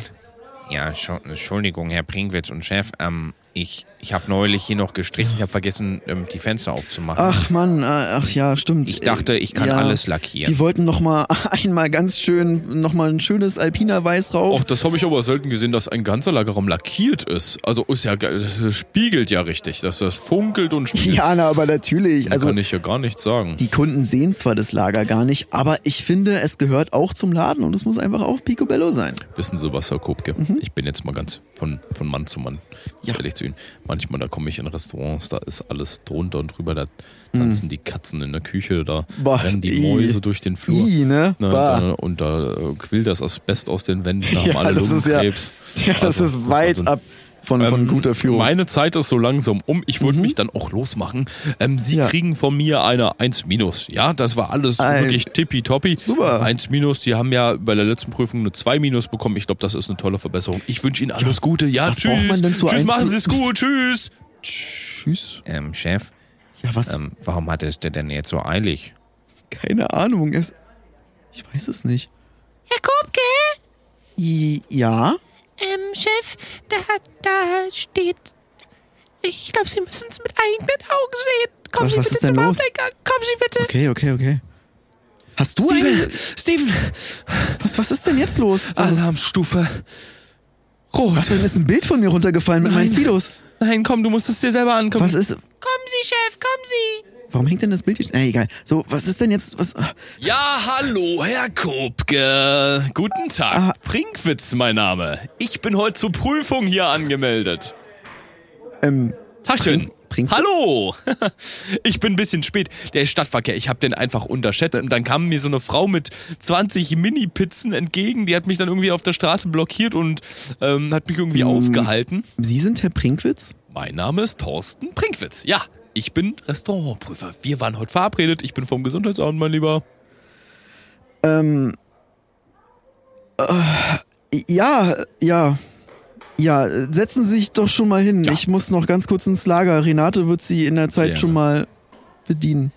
[SPEAKER 4] Ja, Scho- Entschuldigung, Herr Pringwitz und Chef. Ähm, ich ich habe neulich hier noch gestrichen. Ich habe vergessen, ähm, die Fenster aufzumachen.
[SPEAKER 2] Ach Mann, äh, ach ja, stimmt.
[SPEAKER 4] Ich dachte, ich kann
[SPEAKER 2] Ja.
[SPEAKER 4] alles lackieren.
[SPEAKER 2] Die wollten noch mal (laughs) einmal ganz schön, noch mal ein schönes alpiner Weiß drauf.
[SPEAKER 9] Och, das habe ich aber selten gesehen, dass ein ganzer Lagerraum lackiert ist. Also ist ja geil, das spiegelt ja richtig, dass das funkelt und spiegelt.
[SPEAKER 2] (laughs) ja, na, aber natürlich.
[SPEAKER 9] Also
[SPEAKER 2] Also
[SPEAKER 9] kann ich ja gar nichts sagen.
[SPEAKER 2] die Kunden sehen zwar das Lager gar nicht, aber ich finde, es gehört auch zum Laden und es muss einfach auch Picobello sein.
[SPEAKER 9] Wissen Sie was, Herr Kopke? Ich bin jetzt mal ganz von, von Mann zu Mann, ganz
[SPEAKER 2] Mhm. Ja.
[SPEAKER 9] ehrlich zu Ihnen. Manchmal, da komme ich in Restaurants, da ist alles drunter und drüber, da tanzen die Katzen in der Küche, da
[SPEAKER 2] Mhm. Boah,
[SPEAKER 9] rennen die
[SPEAKER 2] ii.
[SPEAKER 9] Mäuse durch den Flur.
[SPEAKER 2] I, ne?
[SPEAKER 9] Na,
[SPEAKER 2] Bah.
[SPEAKER 9] da, und da äh, quillt das Asbest aus den Wänden, da Genau, haben
[SPEAKER 2] Ja,
[SPEAKER 9] alle
[SPEAKER 2] das ist (laughs) ja, ja,
[SPEAKER 9] Lungenkrebs.
[SPEAKER 2] das
[SPEAKER 9] Also,
[SPEAKER 2] ist weit
[SPEAKER 9] Wahnsinn.
[SPEAKER 2] ab von, von
[SPEAKER 9] Ähm,
[SPEAKER 2] guter Führung. Mhm.
[SPEAKER 9] Meine Zeit ist so langsam um. Ich würde mich dann auch losmachen. Ähm, Sie
[SPEAKER 2] Ja.
[SPEAKER 9] kriegen von mir eine 1 minus. Ja, das war alles
[SPEAKER 2] Ei.
[SPEAKER 9] wirklich tippitoppi.
[SPEAKER 2] Super.
[SPEAKER 9] 1 minus, die haben ja bei der letzten Prüfung eine 2 minus bekommen. Ich glaube, das ist eine tolle Verbesserung. Ich wünsche Ihnen alles Gute. Ja,
[SPEAKER 2] was
[SPEAKER 9] tschüss.
[SPEAKER 2] braucht man denn zur
[SPEAKER 9] tschüss,
[SPEAKER 2] 1
[SPEAKER 9] machen
[SPEAKER 2] plus?
[SPEAKER 9] Sie es gut. Tschüss.
[SPEAKER 2] Tschüss.
[SPEAKER 4] Ähm, Chef,
[SPEAKER 2] Ja, was?
[SPEAKER 4] ähm, warum hat es dir denn jetzt so eilig?
[SPEAKER 2] Keine Ahnung. Es, ich weiß es nicht.
[SPEAKER 10] Herr Kopke,
[SPEAKER 2] I, ja?
[SPEAKER 10] ähm, Chef, da, da steht. Ich glaube, Sie müssen es mit eigenen Augen sehen. Kommen
[SPEAKER 2] Was-
[SPEAKER 10] Sie
[SPEAKER 2] was
[SPEAKER 10] bitte
[SPEAKER 2] ist denn
[SPEAKER 10] zum
[SPEAKER 2] los?
[SPEAKER 10] Haupteingang. Kommen Sie bitte.
[SPEAKER 2] Okay, okay, okay. Hast du eine...
[SPEAKER 3] Steven, Ah,
[SPEAKER 2] Was, was ist denn jetzt los? Also,
[SPEAKER 3] Alarmstufe.
[SPEAKER 2] Was denn ist ein Bild von mir runtergefallen mit meinen
[SPEAKER 3] Nein.
[SPEAKER 2] Speedos?
[SPEAKER 3] Nein, komm, du musst es dir selber angucken.
[SPEAKER 2] Was ist...
[SPEAKER 10] Kommen Sie, Chef, kommen Sie.
[SPEAKER 2] Warum hängt denn das Bild hier? Na, egal. So, was ist denn jetzt... Was,
[SPEAKER 3] Ja, hallo, Herr Kopke. Guten Tag.
[SPEAKER 2] Ah.
[SPEAKER 3] Prinkwitz, mein Name. Ich bin heute zur Prüfung hier angemeldet.
[SPEAKER 2] ähm,
[SPEAKER 3] Tag schön.
[SPEAKER 2] Bringt
[SPEAKER 3] Hallo! (laughs) Ich bin ein bisschen spät. Der Stadtverkehr, ich habe den einfach unterschätzt. Und dann kam mir so eine Frau mit 20 Mini-Pizzen entgegen. Die hat mich dann irgendwie auf der Straße blockiert und ähm, hat mich irgendwie aufgehalten.
[SPEAKER 2] Sie sind Herr Prinkwitz?
[SPEAKER 3] Mein Name ist Thorsten Prinkwitz. Ja, ich bin Restaurantprüfer. Wir waren heute verabredet. Ich bin vom Gesundheitsamt, mein Lieber.
[SPEAKER 2] Ähm. Äh, ja, ja. Ja, setzen Sie sich doch schon mal hin.
[SPEAKER 3] Ja.
[SPEAKER 2] Ich muss noch ganz kurz ins Lager. Renate wird Sie in der Zeit
[SPEAKER 3] Gerne.
[SPEAKER 2] schon mal bedienen.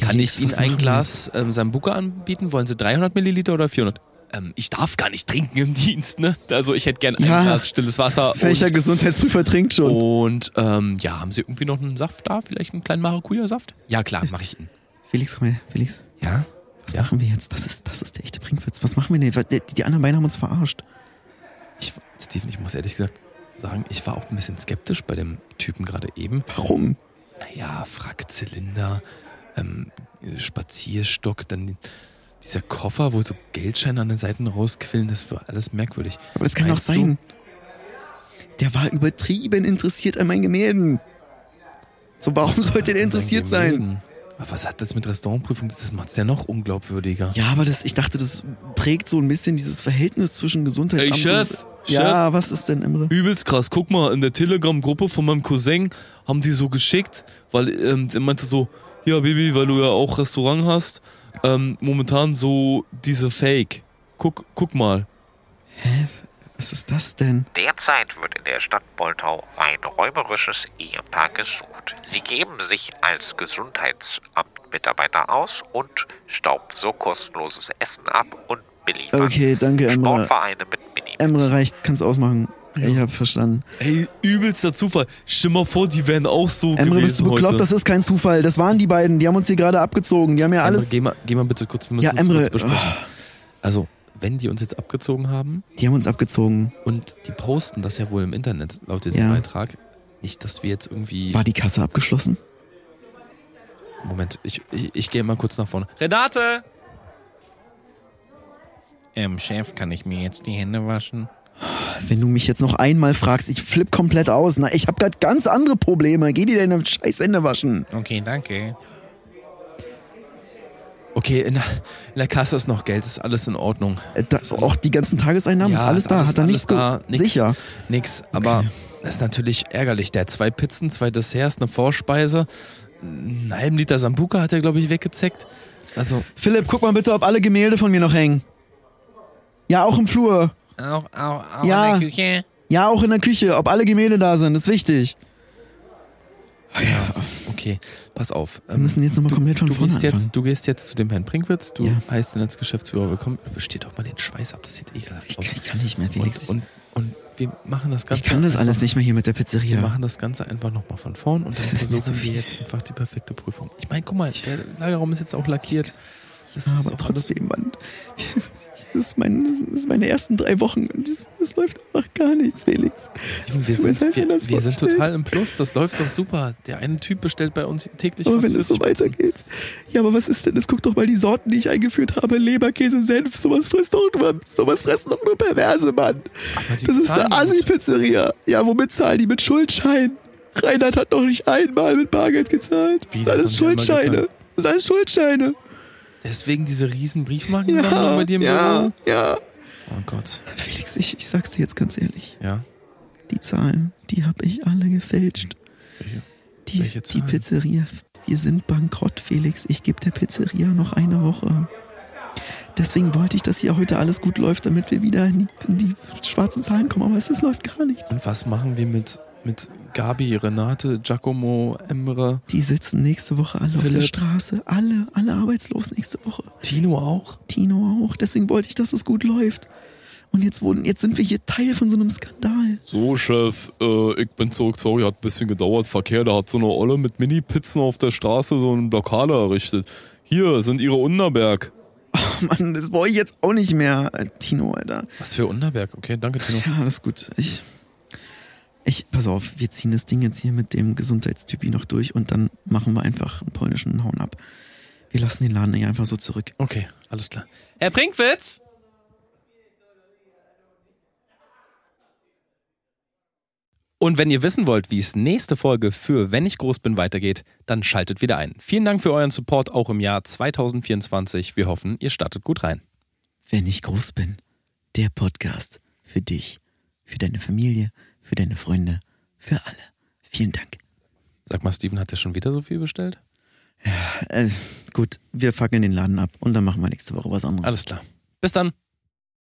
[SPEAKER 3] Kann
[SPEAKER 2] Felix,
[SPEAKER 3] ich Ihnen
[SPEAKER 2] was
[SPEAKER 3] ein
[SPEAKER 2] machen
[SPEAKER 3] Glas ähm, Sambuca anbieten? Wollen Sie 300 Milliliter oder 400? Ähm, ich darf gar nicht trinken im Dienst, ne? Also ich hätte gern ein
[SPEAKER 2] Ja.
[SPEAKER 3] Glas stilles Wasser.
[SPEAKER 2] wir? Welcher
[SPEAKER 3] und, Oh.
[SPEAKER 2] Gesundheitsprüfer trinkt schon?
[SPEAKER 3] und ähm, ja, haben Sie irgendwie noch einen Saft da? Vielleicht einen kleinen Maracuja-Saft? Ja, klar, mache ich Ihnen.
[SPEAKER 2] Felix, komm her. Felix,
[SPEAKER 3] Ja?
[SPEAKER 2] was machen wir jetzt? Das ist, das ist der echte Prinkwitz. Was machen wir denn? Was- Die, die anderen beiden haben uns verarscht.
[SPEAKER 3] Ich, Steven, ich muss ehrlich gesagt sagen, ich war auch ein bisschen skeptisch bei dem Typen gerade eben.
[SPEAKER 2] Warum?
[SPEAKER 3] Naja, Frackzylinder, ähm, Spazierstock, dann dieser Koffer, wo so Geldscheine an den Seiten rausquillen, das war alles merkwürdig.
[SPEAKER 2] Aber das kann doch
[SPEAKER 3] Meinst du-
[SPEAKER 2] sein. Der war übertrieben interessiert an meinen Gemälden. So, warum sollte der interessiert sein?
[SPEAKER 3] Aber was hat das mit Restaurantprüfung? Das macht es ja noch unglaubwürdiger.
[SPEAKER 2] Ja, aber das, ich dachte, das prägt so ein bisschen dieses Verhältnis zwischen Gesundheitsamt
[SPEAKER 3] Ey, Chef,
[SPEAKER 2] und... Ja, was ist denn, Imre?
[SPEAKER 3] Übelst krass. Guck mal, in der Telegram-Gruppe von meinem Cousin haben die so geschickt, weil ähm, der meinte so, ja Baby, weil du ja auch Restaurant hast, ähm, momentan so diese Fake. Guck, guck mal.
[SPEAKER 2] Was ist das denn?
[SPEAKER 14] Derzeit wird in der Stadt Boltau ein räuberisches Ehepaar gesucht. Sie geben sich als Gesundheitsamtmitarbeiter aus und stauben so kostenloses Essen ab und beliefern
[SPEAKER 2] Okay, danke, Emre.
[SPEAKER 14] Sportvereine mit Mini.
[SPEAKER 2] Emre reicht, kannst ausmachen. Ich hab verstanden.
[SPEAKER 3] Ey, übelster Zufall. Stell mal vor, die wären auch so
[SPEAKER 2] Emre,
[SPEAKER 3] gewesen
[SPEAKER 2] bist du bekloppt?
[SPEAKER 3] heute.
[SPEAKER 2] Das ist kein Zufall. Das waren die beiden. Die haben uns hier gerade abgezogen. Die haben ja
[SPEAKER 3] Emre,
[SPEAKER 2] alles...
[SPEAKER 3] geh, mal, geh mal bitte kurz, wir müssen
[SPEAKER 2] ja,
[SPEAKER 3] uns
[SPEAKER 2] Emre,
[SPEAKER 3] kurz besprechen. Also, wenn die uns jetzt abgezogen haben,
[SPEAKER 2] oh, die haben uns abgezogen.
[SPEAKER 3] Und die posten das ja wohl im Internet, laut diesem
[SPEAKER 2] Ja.
[SPEAKER 3] Beitrag. Nicht, dass wir jetzt irgendwie.
[SPEAKER 2] War die Kasse abgeschlossen?
[SPEAKER 3] Moment, ich, ich, ich gehe mal kurz nach vorne.
[SPEAKER 4] Renate!
[SPEAKER 3] Ähm, Chef, kann ich mir jetzt die Hände waschen?
[SPEAKER 2] Wenn du mich jetzt noch einmal fragst, ich flipp komplett aus. Na, ich hab grad ganz andere Probleme. Geh dir deine scheiß Hände waschen.
[SPEAKER 3] Okay, danke. Okay, in der, in der Kasse ist noch Geld, ist alles in Ordnung.
[SPEAKER 2] Äh, Das, auch die ganzen Tageseinnahmen,
[SPEAKER 3] Ja,
[SPEAKER 2] ist alles
[SPEAKER 3] ist
[SPEAKER 2] da.
[SPEAKER 3] alles-
[SPEAKER 2] Hat er
[SPEAKER 3] alles
[SPEAKER 2] nichts ge-
[SPEAKER 3] da, nix.
[SPEAKER 2] Sicher.
[SPEAKER 3] Nix, aber das ist natürlich ärgerlich. Der hat zwei Pizzen, zwei Desserts, eine Vorspeise, einen halben Liter Sambuca hat er, glaube ich, weggezeckt. Also,
[SPEAKER 2] Philipp, guck mal bitte, ob alle Gemälde von mir noch hängen. Ja, auch im Flur.
[SPEAKER 10] Auch, auch, auch
[SPEAKER 2] Ja.
[SPEAKER 10] in der Küche.
[SPEAKER 2] Ja, auch in der Küche. Ob alle Gemälde da sind, ist wichtig.
[SPEAKER 3] okay, pass auf.
[SPEAKER 2] Wir
[SPEAKER 3] Ähm,
[SPEAKER 2] müssen jetzt nochmal komplett von
[SPEAKER 3] Du
[SPEAKER 2] vorne
[SPEAKER 3] gehst,
[SPEAKER 2] anfangen.
[SPEAKER 3] jetzt, du gehst jetzt zu dem Herrn Prinkwitz, du
[SPEAKER 2] Ja.
[SPEAKER 3] heißt ihn als Geschäftsführer willkommen. Steh doch mal den Schweiß ab, das sieht ekelhaft aus.
[SPEAKER 2] Ich kann nicht mehr, Felix.
[SPEAKER 3] Und, und, und wir machen das
[SPEAKER 2] ich
[SPEAKER 3] Ganze.
[SPEAKER 2] kann das
[SPEAKER 3] einfach,
[SPEAKER 2] alles nicht mehr hier mit der
[SPEAKER 3] Wir
[SPEAKER 2] Pizzeria.
[SPEAKER 3] machen das Ganze einfach nochmal von vorn und dann
[SPEAKER 2] Das ist mir
[SPEAKER 3] versuchen
[SPEAKER 2] zu
[SPEAKER 3] wir
[SPEAKER 2] viel.
[SPEAKER 3] jetzt einfach die perfekte Prüfung. Ich meine, guck mal, der Lagerraum ist jetzt auch lackiert. Das
[SPEAKER 2] Ja,
[SPEAKER 3] ist
[SPEAKER 2] aber
[SPEAKER 3] auch alles
[SPEAKER 2] trotzdem, Mann. (laughs) Das ist, mein, das ist meine ersten drei Wochen und das, das läuft einfach gar nichts, Felix.
[SPEAKER 3] Junge, wir
[SPEAKER 2] Ich weiß
[SPEAKER 3] sind,
[SPEAKER 2] nicht, wie
[SPEAKER 3] wir,
[SPEAKER 2] das
[SPEAKER 3] wir sind
[SPEAKER 2] vorstellt.
[SPEAKER 3] total im Plus, das läuft doch super. Der eine Typ bestellt bei uns täglich
[SPEAKER 2] Aber
[SPEAKER 3] fast
[SPEAKER 2] wenn es so
[SPEAKER 3] 40 Pizzen.
[SPEAKER 2] weitergeht. Ja, aber was ist denn das? Guck doch mal die Sorten, die ich eingeführt habe. Leberkäse, Senf, sowas frisst doch nur, sowas fressen doch nur Perverse, Mann.
[SPEAKER 3] die
[SPEAKER 2] Das ist
[SPEAKER 3] zahlen
[SPEAKER 2] eine
[SPEAKER 3] ja nicht.
[SPEAKER 2] Assi-Pizzeria. Ja, womit zahlen die? Mit Schuldschein. Reinhard hat noch nicht einmal mit Bargeld gezahlt.
[SPEAKER 3] Wie,
[SPEAKER 2] das sind alles
[SPEAKER 3] hat er nicht einmal
[SPEAKER 2] Schuldscheine.
[SPEAKER 3] gezahlt?
[SPEAKER 2] Das sind alles Schuldscheine.
[SPEAKER 3] Deswegen diese riesen Briefmarken
[SPEAKER 2] Ja,
[SPEAKER 3] bei dir im
[SPEAKER 2] ja,
[SPEAKER 3] Büro.
[SPEAKER 2] ja.
[SPEAKER 3] Oh Gott,
[SPEAKER 2] Felix, ich, ich sag's dir jetzt ganz ehrlich.
[SPEAKER 3] ja.
[SPEAKER 2] Die Zahlen, die hab ich alle gefälscht.
[SPEAKER 3] Welche-
[SPEAKER 2] Die, die
[SPEAKER 3] welche Zahlen?
[SPEAKER 2] Pizzeria. Wir sind bankrott, Felix. Ich gebe der Pizzeria noch eine Woche. Deswegen wollte ich, dass hier heute alles gut läuft, damit wir wieder in die, in die schwarzen Zahlen kommen. Aber es es läuft gar nichts.
[SPEAKER 3] Und was machen wir mit, mit Gabi, Renate, Giacomo, Emre,
[SPEAKER 2] Die sitzen nächste Woche alle auf der
[SPEAKER 3] Philipp.
[SPEAKER 2] Straße. Alle, alle arbeitslos nächste Woche.
[SPEAKER 3] Tino auch?
[SPEAKER 2] Tino auch. Deswegen wollte ich, dass es gut läuft. Und jetzt, wurden, jetzt sind wir hier Teil von so einem Skandal.
[SPEAKER 9] So, Chef, äh, ich bin zurück. Sorry, hat ein bisschen gedauert. Verkehr, da hat so eine Olle mit Mini-Pizzen auf der Straße so eine Blockade errichtet. Hier sind ihre Unterberg.
[SPEAKER 2] Oh Mann, das brauche ich jetzt auch nicht mehr. Äh, Tino, Alter.
[SPEAKER 3] Was für Unterberg, okay, danke Tino.
[SPEAKER 2] Ja, alles gut. Ich, ich, pass auf, wir ziehen das Ding jetzt hier mit dem Gesundheitstypi noch durch und dann machen wir einfach einen polnischen Hauen ab. Wir lassen den Laden hier einfach so zurück.
[SPEAKER 3] Okay, alles klar.
[SPEAKER 4] Herr Prinkwitz!
[SPEAKER 3] Und wenn ihr wissen wollt, wie es nächste Folge für Wenn ich groß bin weitergeht, dann schaltet wieder ein. Vielen Dank für euren Support auch im Jahr 2024. Wir hoffen, ihr startet gut rein.
[SPEAKER 2] Wenn ich groß bin, der Podcast für dich, für deine Familie, für deine Freunde, für alle. Vielen Dank.
[SPEAKER 3] Sag mal, Steven, hat er schon wieder so viel bestellt?
[SPEAKER 2] Äh, gut, wir fackeln den Laden ab und dann machen wir nächste Woche was anderes.
[SPEAKER 3] Alles klar. Bis dann.